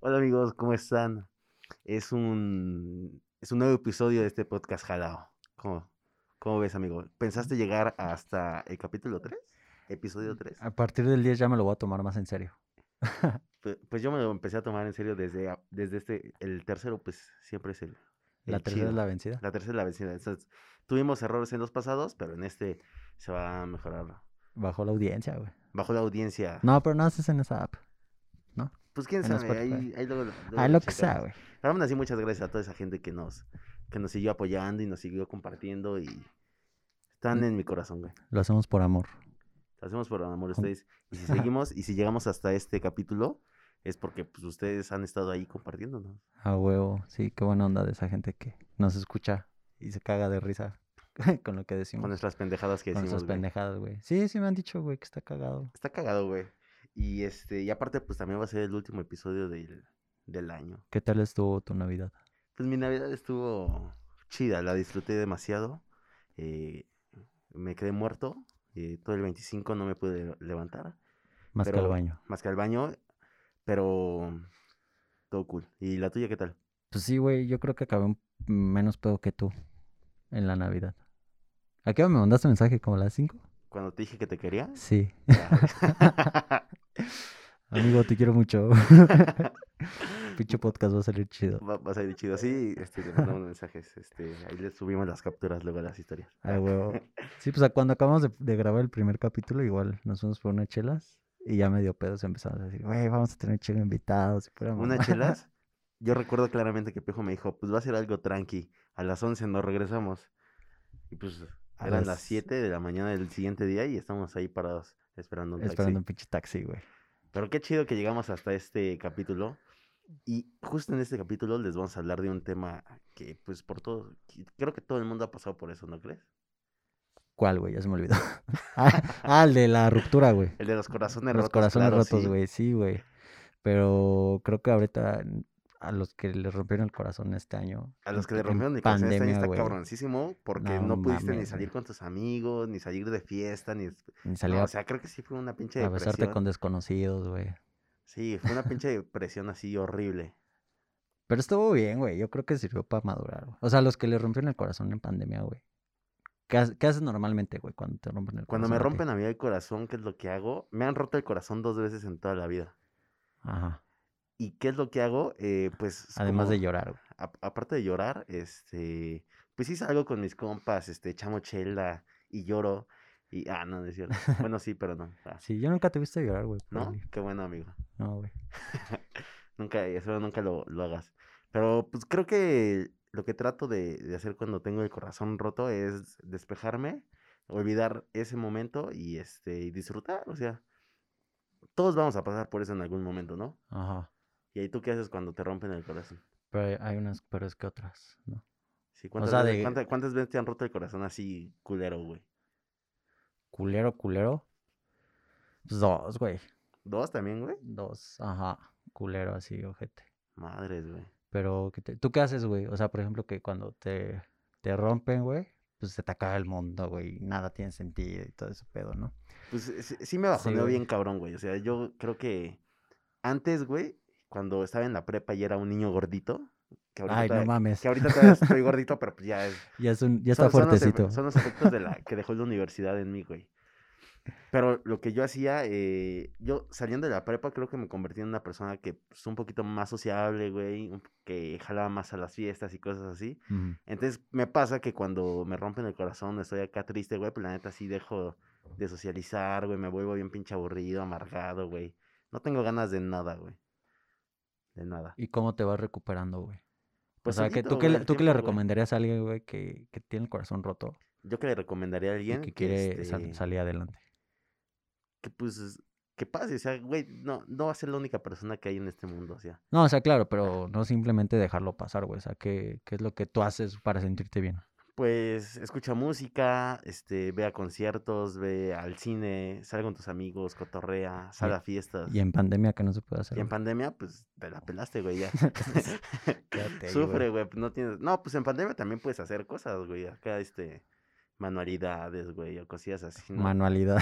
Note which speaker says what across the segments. Speaker 1: Hola amigos, ¿cómo están? Es un, es un nuevo episodio de este podcast jalao. ¿Cómo, cómo ves, amigo? ¿Pensaste llegar hasta el capítulo 3? ¿Episodio 3?
Speaker 2: Mm, A partir del 10 ya me lo voy a tomar más en serio.
Speaker 1: Pues, yo me lo empecé a tomar en serio desde, a- desde este, el tercero, pues siempre es el...
Speaker 2: La
Speaker 1: el
Speaker 2: tercera
Speaker 1: chido.
Speaker 2: es la vencida.
Speaker 1: La tercera es la vencida. Entonces, tuvimos errores en los pasados, pero en este se va a mejorar.
Speaker 2: Bajó la audiencia, güey.
Speaker 1: Bajo la audiencia.
Speaker 2: No, pero no haces en esa app.
Speaker 1: Pues quién
Speaker 2: en
Speaker 1: sabe,
Speaker 2: Spotify.
Speaker 1: ahí, ahí luego, luego
Speaker 2: Ah,
Speaker 1: lo
Speaker 2: lo que
Speaker 1: checamos.
Speaker 2: sea, güey.
Speaker 1: Pero aún así, muchas gracias a toda esa gente que nos, que nos siguió apoyando y nos siguió compartiendo y están
Speaker 2: Mm.
Speaker 1: en mi corazón, güey.
Speaker 2: Lo hacemos por amor.
Speaker 1: Lo hacemos por amor a
Speaker 2: Con-
Speaker 1: ustedes. Y si seguimos y si llegamos hasta este capítulo, es porque pues, ustedes han estado ahí compartiéndonos.
Speaker 2: A huevo. Sí, qué buena onda de esa gente que nos escucha y se caga de risa con lo que decimos.
Speaker 1: Con nuestras pendejadas que
Speaker 2: Mm. con
Speaker 1: decimos,
Speaker 2: nuestras
Speaker 1: güey.
Speaker 2: pendejadas, güey. Sí, sí me han dicho, güey, que está cagado.
Speaker 1: Está cagado, güey. Y este, y aparte, pues también va a ser el último episodio del, del año.
Speaker 2: ¿Qué tal estuvo tu Navidad?
Speaker 1: Pues mi Navidad estuvo chida, la disfruté demasiado. eh, me quedé muerto. eh, todo el 25 no me pude levantar.
Speaker 2: Más que
Speaker 1: Pero-
Speaker 2: al baño.
Speaker 1: más que al baño, pero todo cool. ¿Y la tuya qué tal?
Speaker 2: Pues sí, güey, yo creo que acabé un- menos pedo que tú en la Navidad. ¿A qué hora me mandaste mensaje? ¿Como a las 5?
Speaker 1: Cuando te dije que te quería.
Speaker 2: Sí.
Speaker 1: Ah,
Speaker 2: Amigo, te quiero mucho. Pinche podcast va a salir chido.
Speaker 1: va, va a salir chido. Sí, este, le mandamos mensajes. Este, ahí les subimos las capturas luego a las historias.
Speaker 2: Ay, huevo. Sí, pues a cuando acabamos de, de grabar el primer capítulo, igual nos fuimos por unas chelas y ya medio pedos empezamos a decir, güey, vamos a tener chelo invitados. y pura mamá".
Speaker 1: Unas chelas. Yo recuerdo claramente que Pejo me dijo, pues va a ser algo tranqui. A las 11 nos regresamos. Y pues
Speaker 2: A
Speaker 1: eran las
Speaker 2: las-
Speaker 1: 7 de la mañana del siguiente día y estamos ahí parados esperando un taxi.
Speaker 2: Esperando un pinche taxi, güey.
Speaker 1: Pero qué chido que llegamos hasta este capítulo. Y justo en este capítulo les vamos a hablar de un tema que, pues, por todo, que creo que todo el mundo ha pasado por eso, ¿no crees?
Speaker 2: ¿Cuál, güey? Ya se me olvidó. ah, ah, el de la ruptura, güey.
Speaker 1: El de los corazones
Speaker 2: Los
Speaker 1: rotos.
Speaker 2: corazones
Speaker 1: claro,
Speaker 2: rotos,
Speaker 1: sí.
Speaker 2: güey. Sí, güey. Pero creo que ahorita a los que les rompieron el corazón este año.
Speaker 1: A los que
Speaker 2: en-
Speaker 1: le
Speaker 2: en
Speaker 1: rompieron el corazón este año está
Speaker 2: güey,
Speaker 1: cabroncísimo porque no,
Speaker 2: No
Speaker 1: pudiste ni
Speaker 2: mames,
Speaker 1: salir
Speaker 2: güey.
Speaker 1: con tus amigos, ni salir de fiesta, ni...
Speaker 2: Ni
Speaker 1: no,
Speaker 2: salir a-
Speaker 1: o sea, creo que sí fue una pinche
Speaker 2: a besarte
Speaker 1: depresión.
Speaker 2: con desconocidos, güey.
Speaker 1: Sí, fue una pinche depresión así horrible.
Speaker 2: Pero estuvo bien, güey. Yo creo que sirvió para madurar, güey. O sea, los que le rompieron el corazón en pandemia, güey. ¿Qué, ha- qué haces normalmente, güey, cuando te rompen el
Speaker 1: Cuando
Speaker 2: corazón?
Speaker 1: me
Speaker 2: a ti?
Speaker 1: rompen a mí el corazón, ¿qué es lo que hago? Me han roto el corazón dos veces en toda la vida.
Speaker 2: Ajá.
Speaker 1: ¿Y qué es lo que hago? Eh, pues...
Speaker 2: Además
Speaker 1: como-
Speaker 2: de llorar, güey.
Speaker 1: a- aparte de llorar, este, pues sí salgo con mis compas, este, echamos chela y lloro. Y, ah, no, no es cierto. Bueno, sí, pero no. ah,
Speaker 2: Sí, yo nunca te viste llorar, güey. por
Speaker 1: ¿No?
Speaker 2: mí.
Speaker 1: Qué bueno, amigo.
Speaker 2: No, güey.
Speaker 1: Nunca, eso nunca lo, lo hagas. Pero pues creo que lo que trato de, de hacer cuando tengo el corazón roto es despejarme, olvidar ese momento y este, y disfrutar. O sea, todos vamos a pasar por eso en algún momento, ¿no?
Speaker 2: Ajá.
Speaker 1: Y ahí tú qué haces cuando te rompen el corazón.
Speaker 2: Pero hay- hay unas peores que otras, ¿no?
Speaker 1: Sí, ¿cuántas,
Speaker 2: sea,
Speaker 1: veces,
Speaker 2: de-
Speaker 1: cuánta- ¿Cuántas veces te han roto el corazón así culero, güey?
Speaker 2: Culero, culero. Pues dos, güey.
Speaker 1: ¿Dos también, güey?
Speaker 2: Dos. Ajá. Culero así, ojete.
Speaker 1: Madres, güey.
Speaker 2: Pero, ¿qué te- ¿tú qué haces, güey? O sea, por ejemplo, que cuando te, te rompen, güey, pues se te acaba el mundo, güey. y Nada tiene sentido y todo ese pedo, ¿no?
Speaker 1: Pues eh, sí, sí me bajoneó
Speaker 2: güey.
Speaker 1: bien cabrón, güey. O sea, yo creo que antes, güey, cuando estaba en la prepa y era un niño gordito, que ahorita,
Speaker 2: Ay, no
Speaker 1: todavía-
Speaker 2: mames.
Speaker 1: que ahorita todavía estoy gordito, pero pues ya es...
Speaker 2: Ya, es un- ya está
Speaker 1: son- son los efe-
Speaker 2: fuertecito.
Speaker 1: Son los efectos de la, que dejó la universidad en mí, güey. Pero lo que yo hacía, eh, yo saliendo de la prepa creo que me convertí en una persona que es un poquito más sociable, güey, un- que jalaba más a las fiestas y cosas así.
Speaker 2: Ujú.
Speaker 1: Entonces me pasa que cuando me rompen el corazón, estoy acá triste, güey, pues la neta sí dejo de socializar, güey, me vuelvo bien pinche aburrido, amargado, güey. No tengo ganas de nada, güey. De nada.
Speaker 2: ¿Y cómo te vas recuperando, güey?
Speaker 1: Pues
Speaker 2: o sea, que
Speaker 1: solito,
Speaker 2: ¿tú qué
Speaker 1: güey,
Speaker 2: le,
Speaker 1: el
Speaker 2: tú qué le
Speaker 1: tiempo, güey.
Speaker 2: recomendarías a alguien, güey, que, que tiene el corazón roto
Speaker 1: Yo que le recomendaría a
Speaker 2: y
Speaker 1: alguien
Speaker 2: que quiere sal-
Speaker 1: este,
Speaker 2: salir adelante?
Speaker 1: que pues que pase, o sea, güey, no no va a ser la única persona que hay en este mundo, o sea.
Speaker 2: No, o sea, claro, pero no simplemente dejarlo pasar, güey. O sea, ¿qué, qué es lo que tú haces para sentirte bien?
Speaker 1: Pues escucha música, este, ve a conciertos, ve al cine, sal con tus amigos, cotorrea, sal
Speaker 2: Y-
Speaker 1: a fiestas.
Speaker 2: Y en pandemia que no se puede hacer.
Speaker 1: Y en
Speaker 2: güey?
Speaker 1: pandemia, pues te la pelaste, güey, ya.
Speaker 2: Quédate ahí,
Speaker 1: Sufre,
Speaker 2: güey.
Speaker 1: güey, pues, no tienes... No, pues en pandemia también puedes hacer cosas, güey, acá, este, manualidades, güey, o cosillas así, ¿no?
Speaker 2: Manualidad.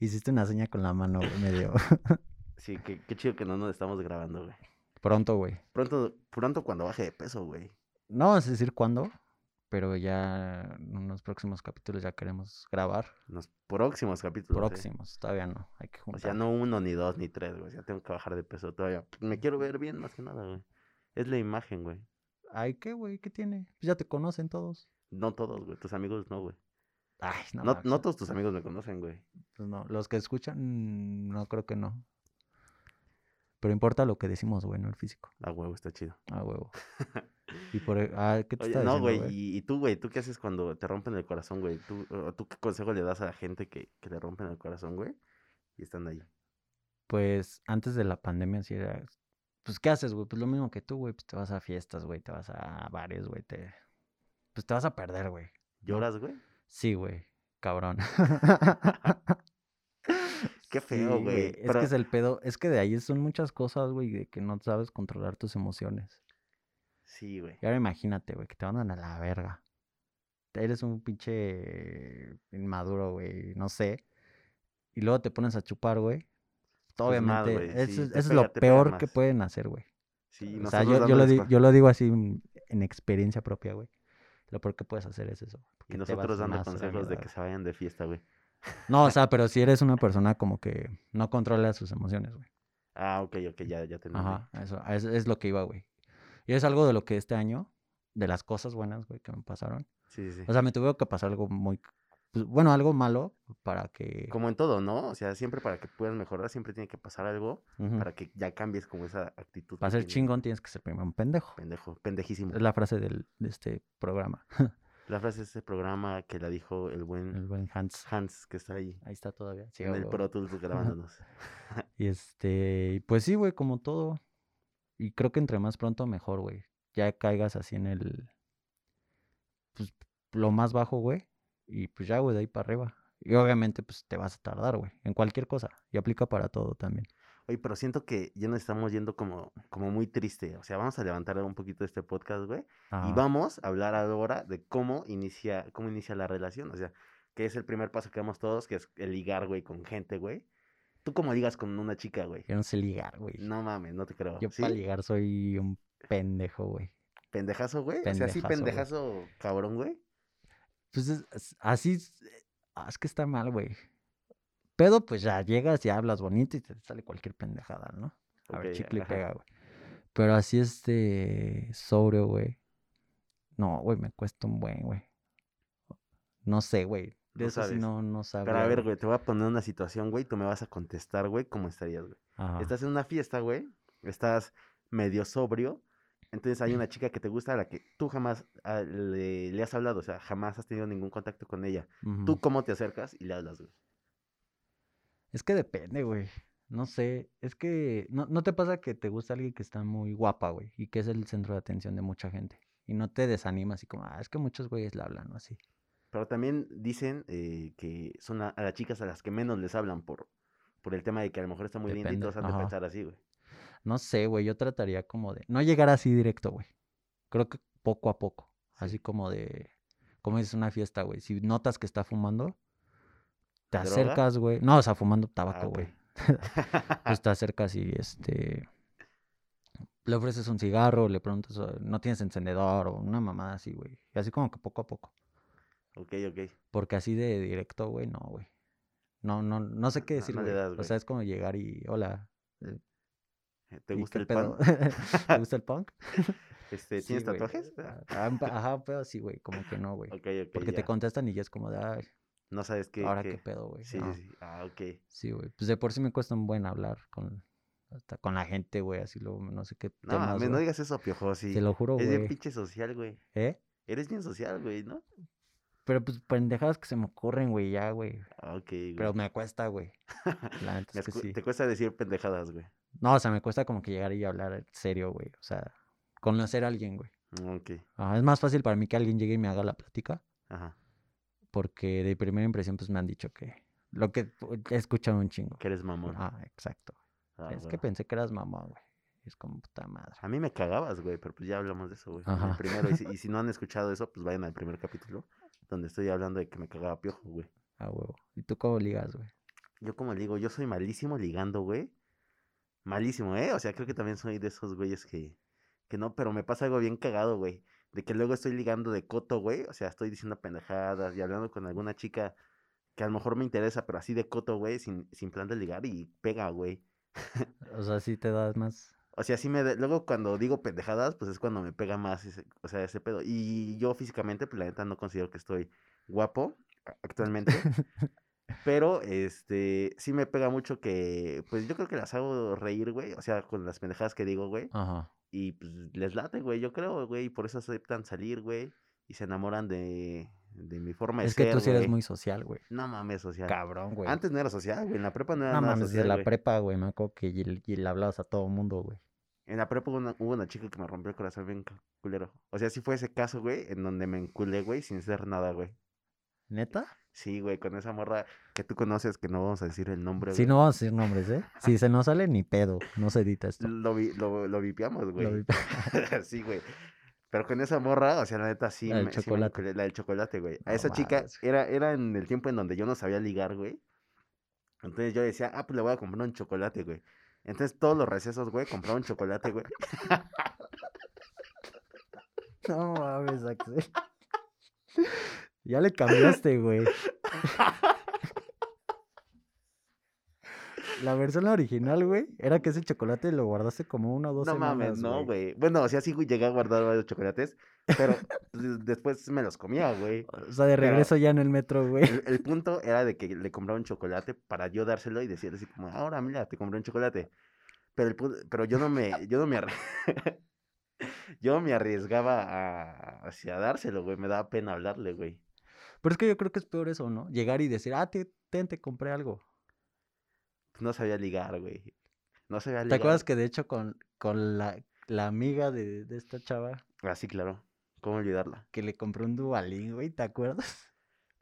Speaker 2: Hiciste una seña con la mano, güey, medio.
Speaker 1: Sí, qué, qué chido que no nos estamos grabando, güey.
Speaker 2: Pronto, güey.
Speaker 1: Pronto, pronto cuando baje de peso, güey.
Speaker 2: No vamos a decir cuándo, pero ya en unos próximos capítulos ya queremos grabar.
Speaker 1: En los próximos capítulos. ¿eh?
Speaker 2: Próximos, todavía no. Hay que
Speaker 1: O
Speaker 2: juntar.
Speaker 1: sea, no uno, ni dos, ni tres, güey. O sea, tengo que bajar de peso todavía. Me quiero ver bien, más que nada, güey. Es la imagen, güey.
Speaker 2: Ay, ¿qué, güey? ¿Qué tiene? Pues ya te conocen todos.
Speaker 1: No todos, güey. Tus amigos no, güey.
Speaker 2: Ay, no.
Speaker 1: No,
Speaker 2: mames,
Speaker 1: no todos tus amigos me conocen, güey.
Speaker 2: pues no. Los que escuchan, mm, no creo que no. Pero importa lo que decimos, güey, no el físico.
Speaker 1: Ah, huevo, está chido.
Speaker 2: Ah, huevo. y por... e- Ah, ¿qué te
Speaker 1: Oye,
Speaker 2: está
Speaker 1: no,
Speaker 2: diciendo,
Speaker 1: güey. Y, y tú, güey, ¿tú qué haces cuando te rompen el corazón, güey? ¿Tú, o ¿Tú qué consejo le das a la gente que, que le rompen el corazón, güey? Y están ahí.
Speaker 2: Pues antes de la pandemia sí era... Pues, ¿qué haces, güey? Pues lo mismo que tú, güey. Pues te vas a fiestas, güey. Te vas a bares, güey. Te... Pues te vas a perder, güey.
Speaker 1: ¿Lloras, güey?
Speaker 2: Sí, güey. Cabrón.
Speaker 1: Qué
Speaker 2: Sí,
Speaker 1: feo, güey.
Speaker 2: Es
Speaker 1: Pero-
Speaker 2: que es el pedo. Es que de ahí son muchas cosas, güey, de que no sabes controlar tus emociones.
Speaker 1: Sí, güey.
Speaker 2: Y ahora imagínate, güey, que te mandan a la verga. Eres un pinche inmaduro, güey, no sé. Y luego te pones a chupar, güey.
Speaker 1: Pues mal,
Speaker 2: Obviamente,
Speaker 1: güey,
Speaker 2: eso,
Speaker 1: sí,
Speaker 2: es-
Speaker 1: te
Speaker 2: eso es
Speaker 1: pega-
Speaker 2: lo
Speaker 1: te pega
Speaker 2: peor que
Speaker 1: más.
Speaker 2: pueden hacer, güey.
Speaker 1: Sí,
Speaker 2: o sea,
Speaker 1: nosotros
Speaker 2: yo, yo lo
Speaker 1: dándoles
Speaker 2: di-
Speaker 1: cua-
Speaker 2: yo lo digo así en en experiencia propia, güey. Lo peor que puedes hacer es eso.
Speaker 1: Y
Speaker 2: porque te vas
Speaker 1: nosotros dando
Speaker 2: más a la
Speaker 1: consejos de
Speaker 2: mierda,
Speaker 1: que se vayan de fiesta, güey.
Speaker 2: No, o sea, pero si eres una persona como que no controla sus emociones, güey.
Speaker 1: Ah, ok, ok, ya, ya te entendí.
Speaker 2: Ajá, eso, a eso es lo que iba, güey. Y es algo de lo que este año, de las cosas buenas, güey, que me pasaron.
Speaker 1: Sí, sí, sí.
Speaker 2: O sea, me tuvo que pasar algo muy, pues, bueno, algo malo para que...
Speaker 1: como en todo, ¿no? O sea, siempre para que puedas mejorar, siempre tiene que pasar algo
Speaker 2: Ujú.
Speaker 1: para que ya cambies como esa actitud.
Speaker 2: Para
Speaker 1: que
Speaker 2: ser
Speaker 1: tienes.
Speaker 2: chingón tienes que ser primero un pendejo.
Speaker 1: Pendejo, pendejísimo.
Speaker 2: Es la frase del, de este programa.
Speaker 1: La frase de este programa que la dijo el
Speaker 2: El
Speaker 1: buen
Speaker 2: buen Hans.
Speaker 1: Hans, que está ahí
Speaker 2: Ahí está todavía. Sí,
Speaker 1: en
Speaker 2: a
Speaker 1: el
Speaker 2: huevo.
Speaker 1: Pro Tools grabándonos.
Speaker 2: Y este, pues sí, güey, como todo. Y creo que entre más pronto mejor, güey. Ya caigas así en el, pues, lo más bajo, güey. Y pues ya, güey, de ahí para arriba. Y obviamente, pues, te vas a tardar, güey. En cualquier cosa. Y aplica para todo también.
Speaker 1: Oye, pero siento que ya nos estamos yendo como, como muy triste. O sea, vamos a levantar un poquito este podcast, güey. Y
Speaker 2: Ajá.
Speaker 1: vamos a hablar ahora de cómo inicia, cómo inicia la relación. O sea, que es el primer paso que damos todos, que es el ligar, güey, con gente, güey. ¿Tú cómo ligas con una chica, güey?
Speaker 2: Yo no sé ligar, güey.
Speaker 1: No mames, no te creo.
Speaker 2: Yo
Speaker 1: ¿Sí?
Speaker 2: para ligar soy un pendejo, güey.
Speaker 1: ¿Pendejazo, güey? O sea, sí,
Speaker 2: Pendejazo,
Speaker 1: pendejazo, cabrón, güey.
Speaker 2: Pues es- es- así es, eh, ah, es que está mal, güey. Pero pues ya llegas y hablas bonito y te sale cualquier pendejada, ¿no? A ver,
Speaker 1: Ok,
Speaker 2: chicle y
Speaker 1: ajá.
Speaker 2: pega, güey. Pero así este sobrio, güey. No, güey, me cuesta un buen, güey. No sé, güey. De
Speaker 1: No
Speaker 2: eso sí
Speaker 1: sabes.
Speaker 2: no, no sabría.
Speaker 1: Pero a ver, güey, te voy a poner una situación, güey. Tú me vas a contestar, güey, cómo estarías, güey.
Speaker 2: Ajá.
Speaker 1: Estás en una fiesta, güey. Estás medio sobrio. Entonces hay una chica que te gusta a la que tú jamás ah, le, le has hablado. O sea, jamás has tenido ningún contacto con ella. ¿Tú
Speaker 2: Ujú.
Speaker 1: cómo te acercas y le hablas, güey?
Speaker 2: Es que depende, güey. No sé. Es que no, no te pasa que te gusta alguien que está muy guapa, güey. Y que es el centro de atención de mucha gente. Y no te desanima así como, ah, es que muchos güeyes le hablan o así.
Speaker 1: Pero también dicen eh, que son a, a las chicas a las que menos les hablan por, por el tema de que a lo mejor está muy bien y
Speaker 2: Depende,
Speaker 1: todos han de
Speaker 2: ajá.
Speaker 1: pensar así, güey.
Speaker 2: No sé, güey, yo trataría como de no llegar así directo, güey. Creo que poco a poco, así como de como dices una fiesta, güey. Si notas que está fumando, te
Speaker 1: ¿Droga?
Speaker 2: acercas, güey. No, o sea, fumando
Speaker 1: Ah,
Speaker 2: tabaco,
Speaker 1: ok.
Speaker 2: güey.
Speaker 1: Ah.
Speaker 2: Pues te acercas y este le ofreces un cigarro, le preguntas, "Oye, no tienes encendedor o una mamada así, güey. Y así como que poco a poco,
Speaker 1: ok, ok.
Speaker 2: porque así de directo, güey, no, güey. No, no, no sé qué
Speaker 1: No-
Speaker 2: decir,
Speaker 1: no le
Speaker 2: güey.
Speaker 1: das,
Speaker 2: o
Speaker 1: güey.
Speaker 2: sea, es como llegar y hola,
Speaker 1: Eh, ¿Te
Speaker 2: ¿y
Speaker 1: gusta
Speaker 2: qué
Speaker 1: el pan?
Speaker 2: pedo? ¿Te gusta el punk?
Speaker 1: Este,
Speaker 2: Sí,
Speaker 1: ¿Tienes
Speaker 2: güey.
Speaker 1: tatuajes? Ah,
Speaker 2: Ah, un pa- Ajá, pero sí, güey, como que no, güey.
Speaker 1: Ok, ok.
Speaker 2: Porque te
Speaker 1: ya.
Speaker 2: contestan y ya es como de, ay,
Speaker 1: No sabes qué.
Speaker 2: ahora
Speaker 1: qué-
Speaker 2: qué, pedo, güey.
Speaker 1: Sí,
Speaker 2: No,
Speaker 1: sí, sí. Ah, ok.
Speaker 2: sí, güey. Pues de por sí me cuesta un buen hablar con, hasta con la gente, güey, así luego no sé qué
Speaker 1: No,
Speaker 2: temas,
Speaker 1: mames, no
Speaker 2: güey.
Speaker 1: digas eso, piojo. Sí.
Speaker 2: Te lo juro,
Speaker 1: Es bien
Speaker 2: güey.
Speaker 1: pinche social, güey.
Speaker 2: ¿Eh?
Speaker 1: Eres bien social, güey, ¿no?
Speaker 2: Pero pues pendejadas que se me ocurren, güey, ya, güey.
Speaker 1: Ah, ok, güey.
Speaker 2: Pero me cuesta, güey. La neta
Speaker 1: Me
Speaker 2: es que
Speaker 1: escu-
Speaker 2: sí.
Speaker 1: Te cuesta decir pendejadas, güey.
Speaker 2: No, o sea, me cuesta como que llegar y hablar serio, güey. O sea, conocer a alguien, güey.
Speaker 1: Mm, Ok,
Speaker 2: Ajá, es más fácil para mí que alguien llegue y me haga la plática.
Speaker 1: ajá.
Speaker 2: Porque de primera impresión, pues me han dicho que lo que pues, he escuchado un chingo.
Speaker 1: Que eres mamón.
Speaker 2: Ah, exacto.
Speaker 1: Ah,
Speaker 2: es que pues
Speaker 1: bueno.
Speaker 2: pensé que eras mamón, güey. Es como puta madre.
Speaker 1: A mí me cagabas, güey, pero pues ya hablamos de eso, güey. en El
Speaker 2: Ajá.
Speaker 1: primero. Y si, y si no han escuchado eso, pues vayan al primer capítulo, donde estoy hablando de que me cagaba piojo, güey.
Speaker 2: A huevo. ¿Y tú cómo ligas, güey?
Speaker 1: Yo como le digo, yo soy malísimo ligando, güey. Malísimo, ¿eh? O sea, creo que también soy de esos güeyes que, que no, pero me pasa algo bien cagado, güey. De que luego estoy ligando de coto, güey. O sea, estoy diciendo pendejadas y hablando con alguna chica que a lo mejor me interesa, pero así de coto, güey, sin, sin plan de ligar y pega, güey.
Speaker 2: O sea, sí te das más.
Speaker 1: O sea, sí me... de- Luego cuando digo pendejadas, pues es cuando me pega más, ese- o sea, ese pedo. Y yo físicamente, pues la neta no considero que estoy guapo a- actualmente. pero, este, sí me pega mucho que, pues yo creo que las hago reír, güey. O sea, con las pendejadas que digo, güey.
Speaker 2: Ajá.
Speaker 1: Y pues les late, güey, yo creo, güey. Y por eso aceptan salir, güey. Y se enamoran de, de mi forma de
Speaker 2: Es que
Speaker 1: ser,
Speaker 2: tú sí eres
Speaker 1: güey. Ah.
Speaker 2: muy social, güey.
Speaker 1: No mames, social.
Speaker 2: Cabrón, güey.
Speaker 1: Antes no era social, güey. En la prepa no era
Speaker 2: no
Speaker 1: nada
Speaker 2: mames, de
Speaker 1: social,
Speaker 2: la
Speaker 1: güey.
Speaker 2: prepa, güey, me acuerdo que y- y le hablabas a todo mundo, güey.
Speaker 1: En la prepa hubo una, hubo una chica que me rompió el corazón bien ca- culero. O sea, sí fue ese caso, güey, en donde me enculé, güey, sin ser nada, güey.
Speaker 2: ¿Neta?
Speaker 1: Sí, güey, con esa morra que tú conoces, que no vamos a decir el nombre,
Speaker 2: Sí,
Speaker 1: güey.
Speaker 2: no vamos a decir nombres, ¿eh? Si se nos sale, ni pedo. No se edita esto.
Speaker 1: Lo, vi- lo, lo vipiamos,
Speaker 2: Lo
Speaker 1: güey.
Speaker 2: vi-
Speaker 1: sí, güey. Pero con esa morra, o sea, la neta, sí.
Speaker 2: La del
Speaker 1: me- sí me
Speaker 2: chocolate.
Speaker 1: enculé, la del chocolate, güey. A
Speaker 2: No
Speaker 1: esa chica
Speaker 2: mames,
Speaker 1: era, era en el tiempo en donde yo no sabía ligar, güey. Entonces yo decía, ah, pues le voy a comprar un chocolate, güey. Entonces todos los recesos, güey, compraba un chocolate, güey.
Speaker 2: No mames, Axel. Ya le cambiaste, güey. La versión original, güey, era que ese chocolate lo guardaste como una o dos
Speaker 1: No
Speaker 2: semanas.
Speaker 1: mames, no, güey. Bueno, o sea, sí güey, llegué a guardar varios chocolates, pero pues, después me los comía, güey.
Speaker 2: O sea, de
Speaker 1: Pero-
Speaker 2: regreso ya en el metro, güey.
Speaker 1: El, el punto era de que le compraba un chocolate para yo dárselo y decirle así como, ahora mira, te compré un chocolate. Pero, el pu- pero yo no me, yo no me, arri- yo me arriesgaba a, hacia dárselo, güey. Me daba pena hablarle, güey.
Speaker 2: Pero es que yo creo que es peor eso, ¿no? Llegar y decir, ah, te, ten, te compré algo.
Speaker 1: No sabía ligar, güey. No sabía
Speaker 2: ¿Te
Speaker 1: ligar.
Speaker 2: acuerdas que de hecho con, con la, la amiga de, de esta chava
Speaker 1: Ah, sí, claro. ¿Cómo olvidarla?
Speaker 2: que le compré un dubalín, güey? ¿Te acuerdas?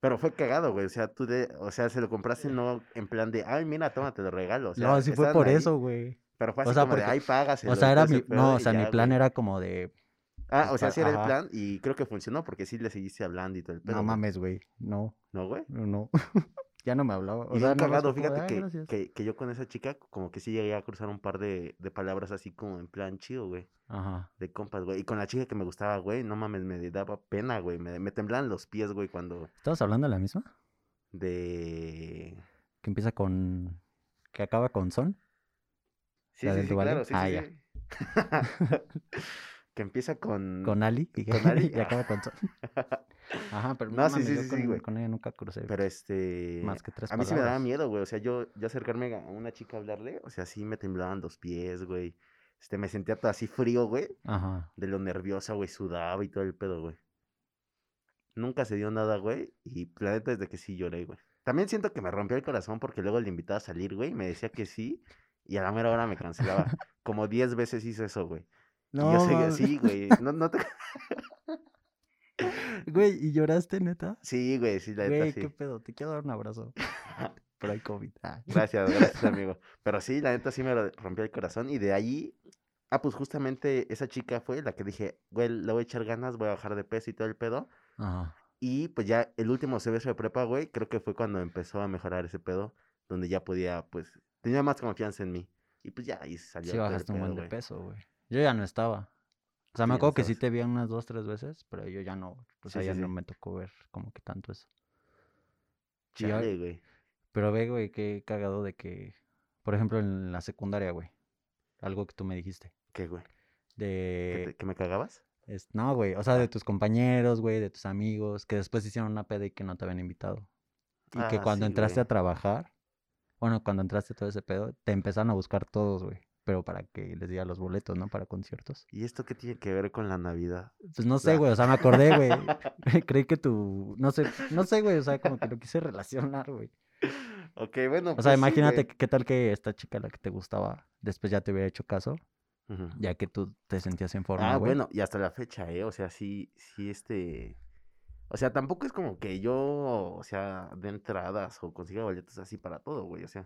Speaker 1: Pero fue cagado, güey. O sea, tú de, o sea, se lo compraste no en plan de, ay, mira, toma, te lo regalo. O sea,
Speaker 2: Ah. no, sí fue
Speaker 1: estaban
Speaker 2: por
Speaker 1: ahí.
Speaker 2: eso, güey.
Speaker 1: Pero fue
Speaker 2: O
Speaker 1: así
Speaker 2: sea,
Speaker 1: como de,
Speaker 2: porque-
Speaker 1: ay, págaselo.
Speaker 2: O sea, era
Speaker 1: todo
Speaker 2: mi,
Speaker 1: ese pedo",
Speaker 2: no, o
Speaker 1: y
Speaker 2: sea, mi
Speaker 1: ya,
Speaker 2: plan
Speaker 1: güey.
Speaker 2: era como de,
Speaker 1: Ah, o sea,
Speaker 2: pa-
Speaker 1: sí era el
Speaker 2: ajá.
Speaker 1: plan y creo que funcionó porque sí le seguiste hablando y todo el pedo.
Speaker 2: no
Speaker 1: güey.
Speaker 2: mames, güey, no,
Speaker 1: No, güey.
Speaker 2: no, no. ya no me hablaba. O
Speaker 1: y
Speaker 2: sea,
Speaker 1: bien
Speaker 2: nada más
Speaker 1: cagado,
Speaker 2: fue como de,
Speaker 1: fíjate
Speaker 2: "Ah,
Speaker 1: que,
Speaker 2: gracias".
Speaker 1: que, que yo con esa chica como que sí llegué a cruzar un par de, de palabras así como en plan chido, güey.
Speaker 2: Ajá.
Speaker 1: De compas, güey. Y con la chica que me gustaba, güey, no mames, me daba pena, güey. Me, me temblaban los pies, güey, cuando
Speaker 2: ¿Estabas hablando de la misma?
Speaker 1: de...
Speaker 2: Que empieza con, que acaba con son.
Speaker 1: Sí,
Speaker 2: ¿La
Speaker 1: sí,
Speaker 2: del
Speaker 1: sí, claro,
Speaker 2: Duvalín?
Speaker 1: sí,
Speaker 2: Ah,
Speaker 1: sí, sí.
Speaker 2: ya.
Speaker 1: que empieza con...
Speaker 2: Con Ali. Y,
Speaker 1: Mm, Con Ali,
Speaker 2: y acaba con Son. Ajá, pero
Speaker 1: No, sí,
Speaker 2: mames,
Speaker 1: sí,
Speaker 2: yo
Speaker 1: sí,
Speaker 2: con,
Speaker 1: sí, güey.
Speaker 2: con ella nunca crucé
Speaker 1: Pero este...
Speaker 2: más que tres
Speaker 1: A mí sí me daba
Speaker 2: palabras.
Speaker 1: miedo, güey. O sea, yo, yo acercarme a una chica a hablarle, o sea, sí me temblaban los pies, güey. Este, me sentía todo así frío, güey.
Speaker 2: Ajá.
Speaker 1: De lo nerviosa, güey. Sudaba y todo el pedo, güey. Nunca se dio nada, güey. Y planeta desde que sí lloré, güey. También siento que me rompió el corazón porque luego le invitaba a salir, güey. Y me decía que sí. Y a la mera hora me cancelaba. Como 10 veces hizo eso, güey. y yo seguía
Speaker 2: mames.
Speaker 1: así, güey. No, no te...
Speaker 2: Güey, ¿y lloraste, neta?
Speaker 1: Sí, güey, sí, la neta,
Speaker 2: Güey,
Speaker 1: sí.
Speaker 2: qué pedo, te quiero dar un abrazo. Pero hay COVID. Ah.
Speaker 1: Gracias, gracias, amigo. Pero sí, la neta sí me ro- rompió el corazón. Y de ahí, ah, pues justamente esa chica fue la que dije, güey, le voy a echar ganas, voy a bajar de peso y todo el pedo.
Speaker 2: Ajá.
Speaker 1: Y pues ya el último semestre de prepa, güey, creo que fue cuando empezó a mejorar ese pedo, donde ya podía, pues, tenía más confianza en mí. Y pues ya ahí salió.
Speaker 2: Sí
Speaker 1: todo el
Speaker 2: bajaste un buen
Speaker 1: pedo,
Speaker 2: de
Speaker 1: güey.
Speaker 2: peso, güey. Yo ya no estaba. O sea,
Speaker 1: Sí, ya no
Speaker 2: me acuerdo que sí
Speaker 1: estabas.
Speaker 2: te vi unas dos, tres veces, pero yo ya no. O
Speaker 1: Sí,
Speaker 2: sea,
Speaker 1: sí,
Speaker 2: ya
Speaker 1: sí.
Speaker 2: no me tocó ver como que tanto eso. Y ahora-
Speaker 1: Chale, güey.
Speaker 2: Pero ve, güey, qué cagado de que, por ejemplo, en la secundaria, güey, algo que tú me dijiste,
Speaker 1: ¿Qué, güey? ¿Que,
Speaker 2: de,
Speaker 1: te- que me cagabas?
Speaker 2: es- no, güey, o sea, de
Speaker 1: Ah.
Speaker 2: tus compañeros, güey, de tus amigos, que después hicieron una peda y que no te habían invitado. Y que
Speaker 1: Ah,
Speaker 2: cuando
Speaker 1: sí,
Speaker 2: entraste
Speaker 1: güey.
Speaker 2: a trabajar, bueno, cuando entraste a todo ese pedo, te empezaron a buscar todos, güey, pero para que les diera los boletos, ¿no? Para conciertos.
Speaker 1: ¿Y esto qué tiene que ver con la Navidad? Ah,
Speaker 2: Pues no sé,
Speaker 1: Claro.
Speaker 2: güey, o sea, me acordé, güey. Creí que tu, no sé, no sé, güey, o sea, como que lo quise relacionar, güey.
Speaker 1: Ok, bueno.
Speaker 2: O
Speaker 1: pues
Speaker 2: sea,
Speaker 1: sí,
Speaker 2: imagínate
Speaker 1: güey.
Speaker 2: que- qué tal que esta chica, la que te gustaba, después ya te hubiera hecho caso.
Speaker 1: Ujú.
Speaker 2: Ya que tú te sentías en forma,
Speaker 1: Ah,
Speaker 2: güey.
Speaker 1: bueno, y hasta la fecha, ¿eh? O sea, sí, sí, este... O sea, tampoco es como que yo, o sea, de entradas o consiga boletos así para todo, güey. O sea,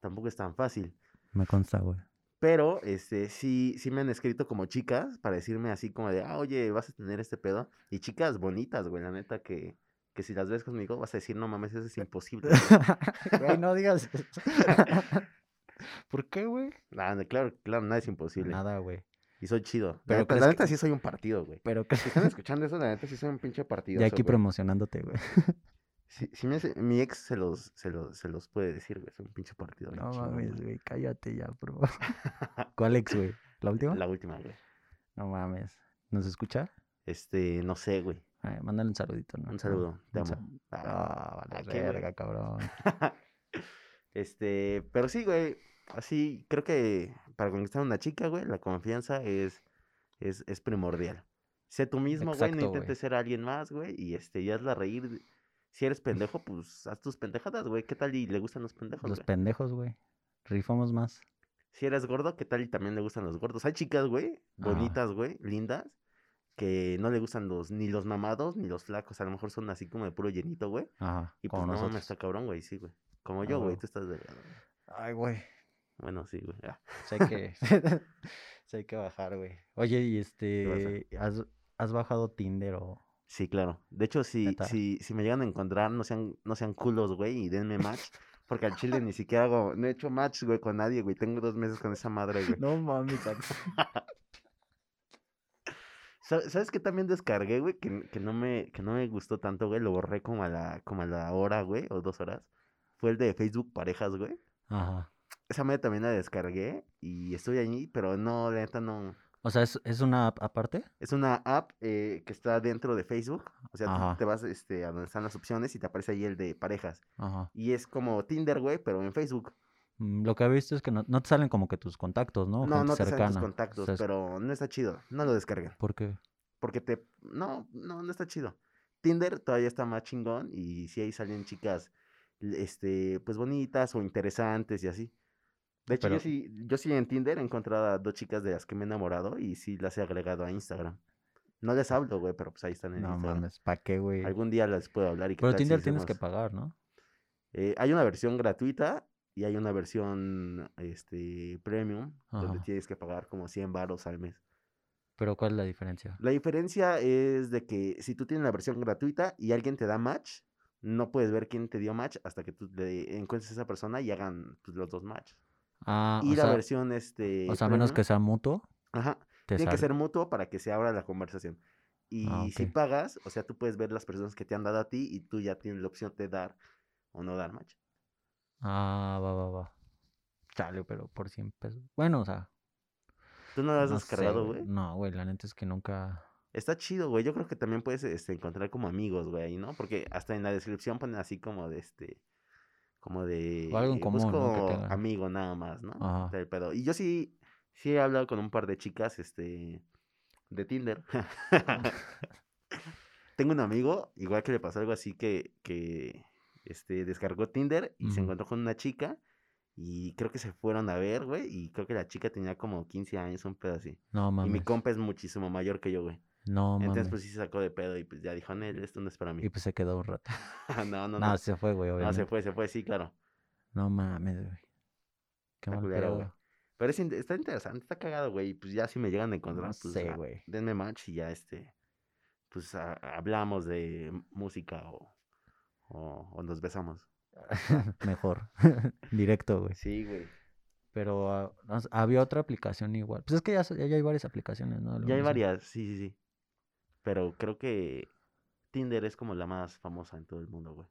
Speaker 1: tampoco es tan fácil.
Speaker 2: Me consta, güey.
Speaker 1: Pero, este, sí, sí me han escrito como chicas para decirme así como de, ah, oye, vas a tener este pedo. Y chicas bonitas, güey, la neta que, que si las ves conmigo vas a decir, no mames, eso es imposible. güey".
Speaker 2: Güey, no digas eso. ¿Por qué, güey?
Speaker 1: Nah, no, Ah, claro, claro, nada es imposible.
Speaker 2: Nada, güey.
Speaker 1: Y soy chido. Pero la
Speaker 2: Pero
Speaker 1: neta, la
Speaker 2: ¿crees
Speaker 1: neta
Speaker 2: que-
Speaker 1: sí soy un partido, güey.
Speaker 2: Pero que
Speaker 1: Si están escuchando eso, la neta sí soy un pinche partido.
Speaker 2: ya aquí promocionándote, güey.
Speaker 1: Sí, sí me hace- mi ex se los, se los, se los puede decir, güey. Es un pinche partido. bien
Speaker 2: No
Speaker 1: chingón,
Speaker 2: mames,
Speaker 1: güey.
Speaker 2: güey, cállate ya, por favor. ¿Cuál ex, güey? ¿La última?
Speaker 1: La última, güey.
Speaker 2: No mames. ¿Nos escucha?
Speaker 1: Este, no sé, güey.
Speaker 2: Ay, mándale un saludito, ¿no?
Speaker 1: Un saludo. Te
Speaker 2: un sa-
Speaker 1: amo. Ah,
Speaker 2: Ah,
Speaker 1: ¿a
Speaker 2: vale,
Speaker 1: qué, güey?
Speaker 2: verga, cabrón.
Speaker 1: Este, pero sí, güey. Así, creo que para conquistar a una chica, güey, la confianza es, es, es primordial. Sé tú mismo, güey, no
Speaker 2: Exacto, güey.
Speaker 1: intentes ser alguien más, güey, y este, y hazla reír. Si eres pendejo, pues haz tus pendejadas, güey. ¿Qué tal y le gustan los pendejos,
Speaker 2: Los
Speaker 1: güey?
Speaker 2: pendejos, güey. Rifamos más.
Speaker 1: Si eres gordo, ¿qué tal y también le gustan los gordos? Hay chicas, güey,
Speaker 2: Ajá.
Speaker 1: bonitas, güey, lindas, que no le gustan los, ni los mamados, ni los flacos. A lo mejor son así como de puro llenito, güey.
Speaker 2: Ajá,
Speaker 1: Y pues
Speaker 2: como
Speaker 1: no mames,
Speaker 2: nosotros.
Speaker 1: está cabrón, güey, sí, güey. Como
Speaker 2: Ah,
Speaker 1: yo, güey,
Speaker 2: huevo.
Speaker 1: tú estás delgado. güey.
Speaker 2: Ay, güey.
Speaker 1: Bueno, sí, güey. ah.
Speaker 2: Sé que. sé hay que bajar, güey. Oye, y
Speaker 1: pasa?
Speaker 2: este. ¿has, has bajado Tinder o.?
Speaker 1: Sí, claro. De hecho, si,
Speaker 2: Neta.
Speaker 1: si, si me llegan a encontrar, no sean, no sean culos, güey, y denme match. Porque al chile ni siquiera hago, no he hecho match, güey, con nadie, güey. Tengo dos meses con esa madre, güey.
Speaker 2: No mames,
Speaker 1: Sa- ¿Sabes qué también descargué, güey? Que, que, no me, que no me gustó tanto, güey. Lo borré como a la, como a la hora, güey, o dos horas. Fue el de Facebook Parejas, güey.
Speaker 2: Ajá.
Speaker 1: Esa madre también la descargué y estoy allí, pero no, la neta no.
Speaker 2: O sea, ¿es, es una app aparte?
Speaker 1: Es una app eh, que está dentro de Facebook. O sea, tú
Speaker 2: Ajá.
Speaker 1: te vas este, a donde están las opciones y te aparece ahí el de parejas.
Speaker 2: Ajá.
Speaker 1: Y es como Tinder, güey, pero en Facebook.
Speaker 2: Mm, Lo que he visto es que no, no te salen como que tus contactos, ¿no? O
Speaker 1: no,
Speaker 2: gente
Speaker 1: no te salen tus
Speaker 2: cercana.
Speaker 1: contactos,
Speaker 2: O sea, es-
Speaker 1: pero no está chido. No lo descarguen.
Speaker 2: ¿Por qué?
Speaker 1: Porque te. No, no, no está chido. Tinder todavía está más chingón y si ahí salen chicas, l- este, pues bonitas o interesantes y así. De hecho, yo
Speaker 2: Pero-
Speaker 1: sí, yo sí en Tinder he encontrado a dos chicas de las que me he enamorado y sí las he agregado a Instagram. No les hablo, güey, pero pues ahí están en
Speaker 2: No
Speaker 1: Instagram.
Speaker 2: mames, ¿para qué, güey?
Speaker 1: Algún día les puedo hablar y qué
Speaker 2: Pero
Speaker 1: tal si
Speaker 2: Tinder tienes que
Speaker 1: hacemos-
Speaker 2: pagar, ¿no?
Speaker 1: Eh, hay una versión gratuita y hay una versión este, premium donde
Speaker 2: Ajá.
Speaker 1: tienes que pagar como 100 baros al mes.
Speaker 2: Pero ¿cuál es la diferencia?
Speaker 1: La diferencia es de que si tú tienes la versión gratuita y alguien te da match, no puedes ver quién te dio match hasta que tú le encuentres a esa persona y hagan pues, los dos match.
Speaker 2: Ah,
Speaker 1: y
Speaker 2: o
Speaker 1: la
Speaker 2: sea,
Speaker 1: versión este
Speaker 2: o sea, a menos que
Speaker 1: premium,
Speaker 2: sea mutuo,
Speaker 1: ajá,
Speaker 2: te
Speaker 1: tiene que
Speaker 2: sale.
Speaker 1: ser mutuo para que se abra la conversación. Y
Speaker 2: Ah,
Speaker 1: si
Speaker 2: ok.
Speaker 1: pagas, o sea, tú puedes ver las personas que te han dado a ti y tú ya tienes la opción de dar o no dar match.
Speaker 2: Ah, va, va, va. Chale, pero por 100 pesos. Bueno, o sea,
Speaker 1: ¿Tú no lo has
Speaker 2: no sé,
Speaker 1: descargado, güey?
Speaker 2: No, güey, la neta es que nunca...
Speaker 1: Está chido, güey. Yo creo que también puedes este, encontrar como amigos, güey, ahí, ¿no? Porque hasta en la descripción ponen así como de este. Como de.
Speaker 2: O algo en
Speaker 1: eh,
Speaker 2: común, ¿no? que
Speaker 1: busco
Speaker 2: tengan".
Speaker 1: amigo nada más, ¿no?
Speaker 2: Ajá.
Speaker 1: Del pedo. Y yo sí. Sí he hablado con un par de chicas, este. De Tinder. Tengo un amigo, igual que le pasó algo así que. que este, descargó Tinder y se
Speaker 2: Ujú.
Speaker 1: encontró con una chica. Y creo que se fueron a ver, güey. Y creo que la chica tenía como 15 años, un pedo así.
Speaker 2: No
Speaker 1: Y mi
Speaker 2: mames,
Speaker 1: compa es muchísimo mayor que yo, güey.
Speaker 2: no mames.
Speaker 1: Entonces, pues sí se sacó de pedo y pues ya dijo, Nel, esto no es para mí.
Speaker 2: Y pues se quedó un rato.
Speaker 1: no, no, no.
Speaker 2: No, se fue, güey,
Speaker 1: No, se
Speaker 2: obviamente.
Speaker 1: fue, se fue, sí, claro.
Speaker 2: No mames, güey.
Speaker 1: Está
Speaker 2: Qué mal
Speaker 1: culero,
Speaker 2: pedo.
Speaker 1: güey. Pero es in- está interesante, está cagado, güey. Y pues ya si me llegan a encontrar,
Speaker 2: No
Speaker 1: pues,
Speaker 2: sé,
Speaker 1: ah,
Speaker 2: güey.
Speaker 1: denme match y ya este. Pues a- hablamos de m- música o, o, o nos besamos.
Speaker 2: Mejor. Directo, güey.
Speaker 1: Sí, güey.
Speaker 2: Pero ah, no sé, había otra aplicación igual. Pues es que ya, so- ya hay varias aplicaciones, ¿no? de lo
Speaker 1: Ya hay
Speaker 2: mismo.
Speaker 1: varias, sí, sí, sí. Pero creo que Tinder es como la más famosa en todo el mundo, güey.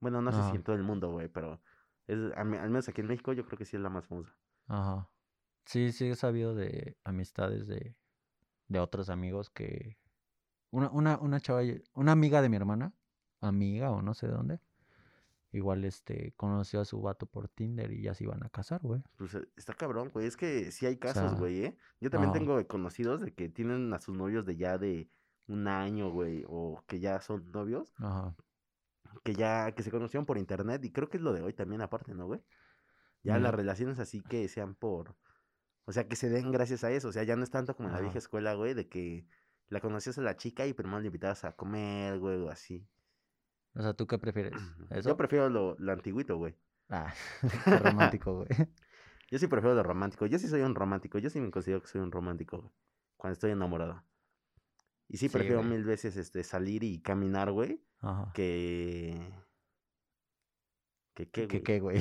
Speaker 1: Bueno, no sé
Speaker 2: Ajá.
Speaker 1: si en todo el mundo, güey, pero es, a mí- al menos aquí en México yo creo que sí es la más famosa.
Speaker 2: Ajá. Sí, sí, he sabido de amistades de, de otros amigos que... Una, una, una chava, lle- una amiga de mi hermana, amiga o no sé de dónde, igual este, conoció a su vato por Tinder y ya se iban a casar, güey.
Speaker 1: Pues eh, está cabrón, güey. Es que sí hay casos,
Speaker 2: sea,
Speaker 1: güey, ¿eh? Yo también
Speaker 2: no.
Speaker 1: tengo conocidos de que tienen a sus novios de ya de un año, güey, o que ya son novios,
Speaker 2: Ajá.
Speaker 1: que ya, que se conocieron por internet, y creo que es lo de hoy también aparte, ¿no, güey? Ya
Speaker 2: Mira.
Speaker 1: las relaciones así que sean por, o sea, que se den gracias a eso, o sea, ya no es tanto como en la
Speaker 2: Ajá.
Speaker 1: vieja escuela, güey, de que la conocías a la chica y primero la invitabas a comer, güey, o así.
Speaker 2: O sea, ¿tú qué prefieres?
Speaker 1: Yo
Speaker 2: Pues, ¿Eso?
Speaker 1: prefiero lo, lo antiguito, güey.
Speaker 2: Ah, qué romántico, güey.
Speaker 1: Yo sí prefiero lo romántico. Yo sí soy un romántico. Yo sí me considero que soy un romántico güey, cuando estoy enamorado. Y sí
Speaker 2: Sí,
Speaker 1: prefiero
Speaker 2: güey.
Speaker 1: mil veces este, salir y caminar, güey,
Speaker 2: Ajá.
Speaker 1: que... Que qué,
Speaker 2: ¿Qué
Speaker 1: güey.
Speaker 2: qué, güey?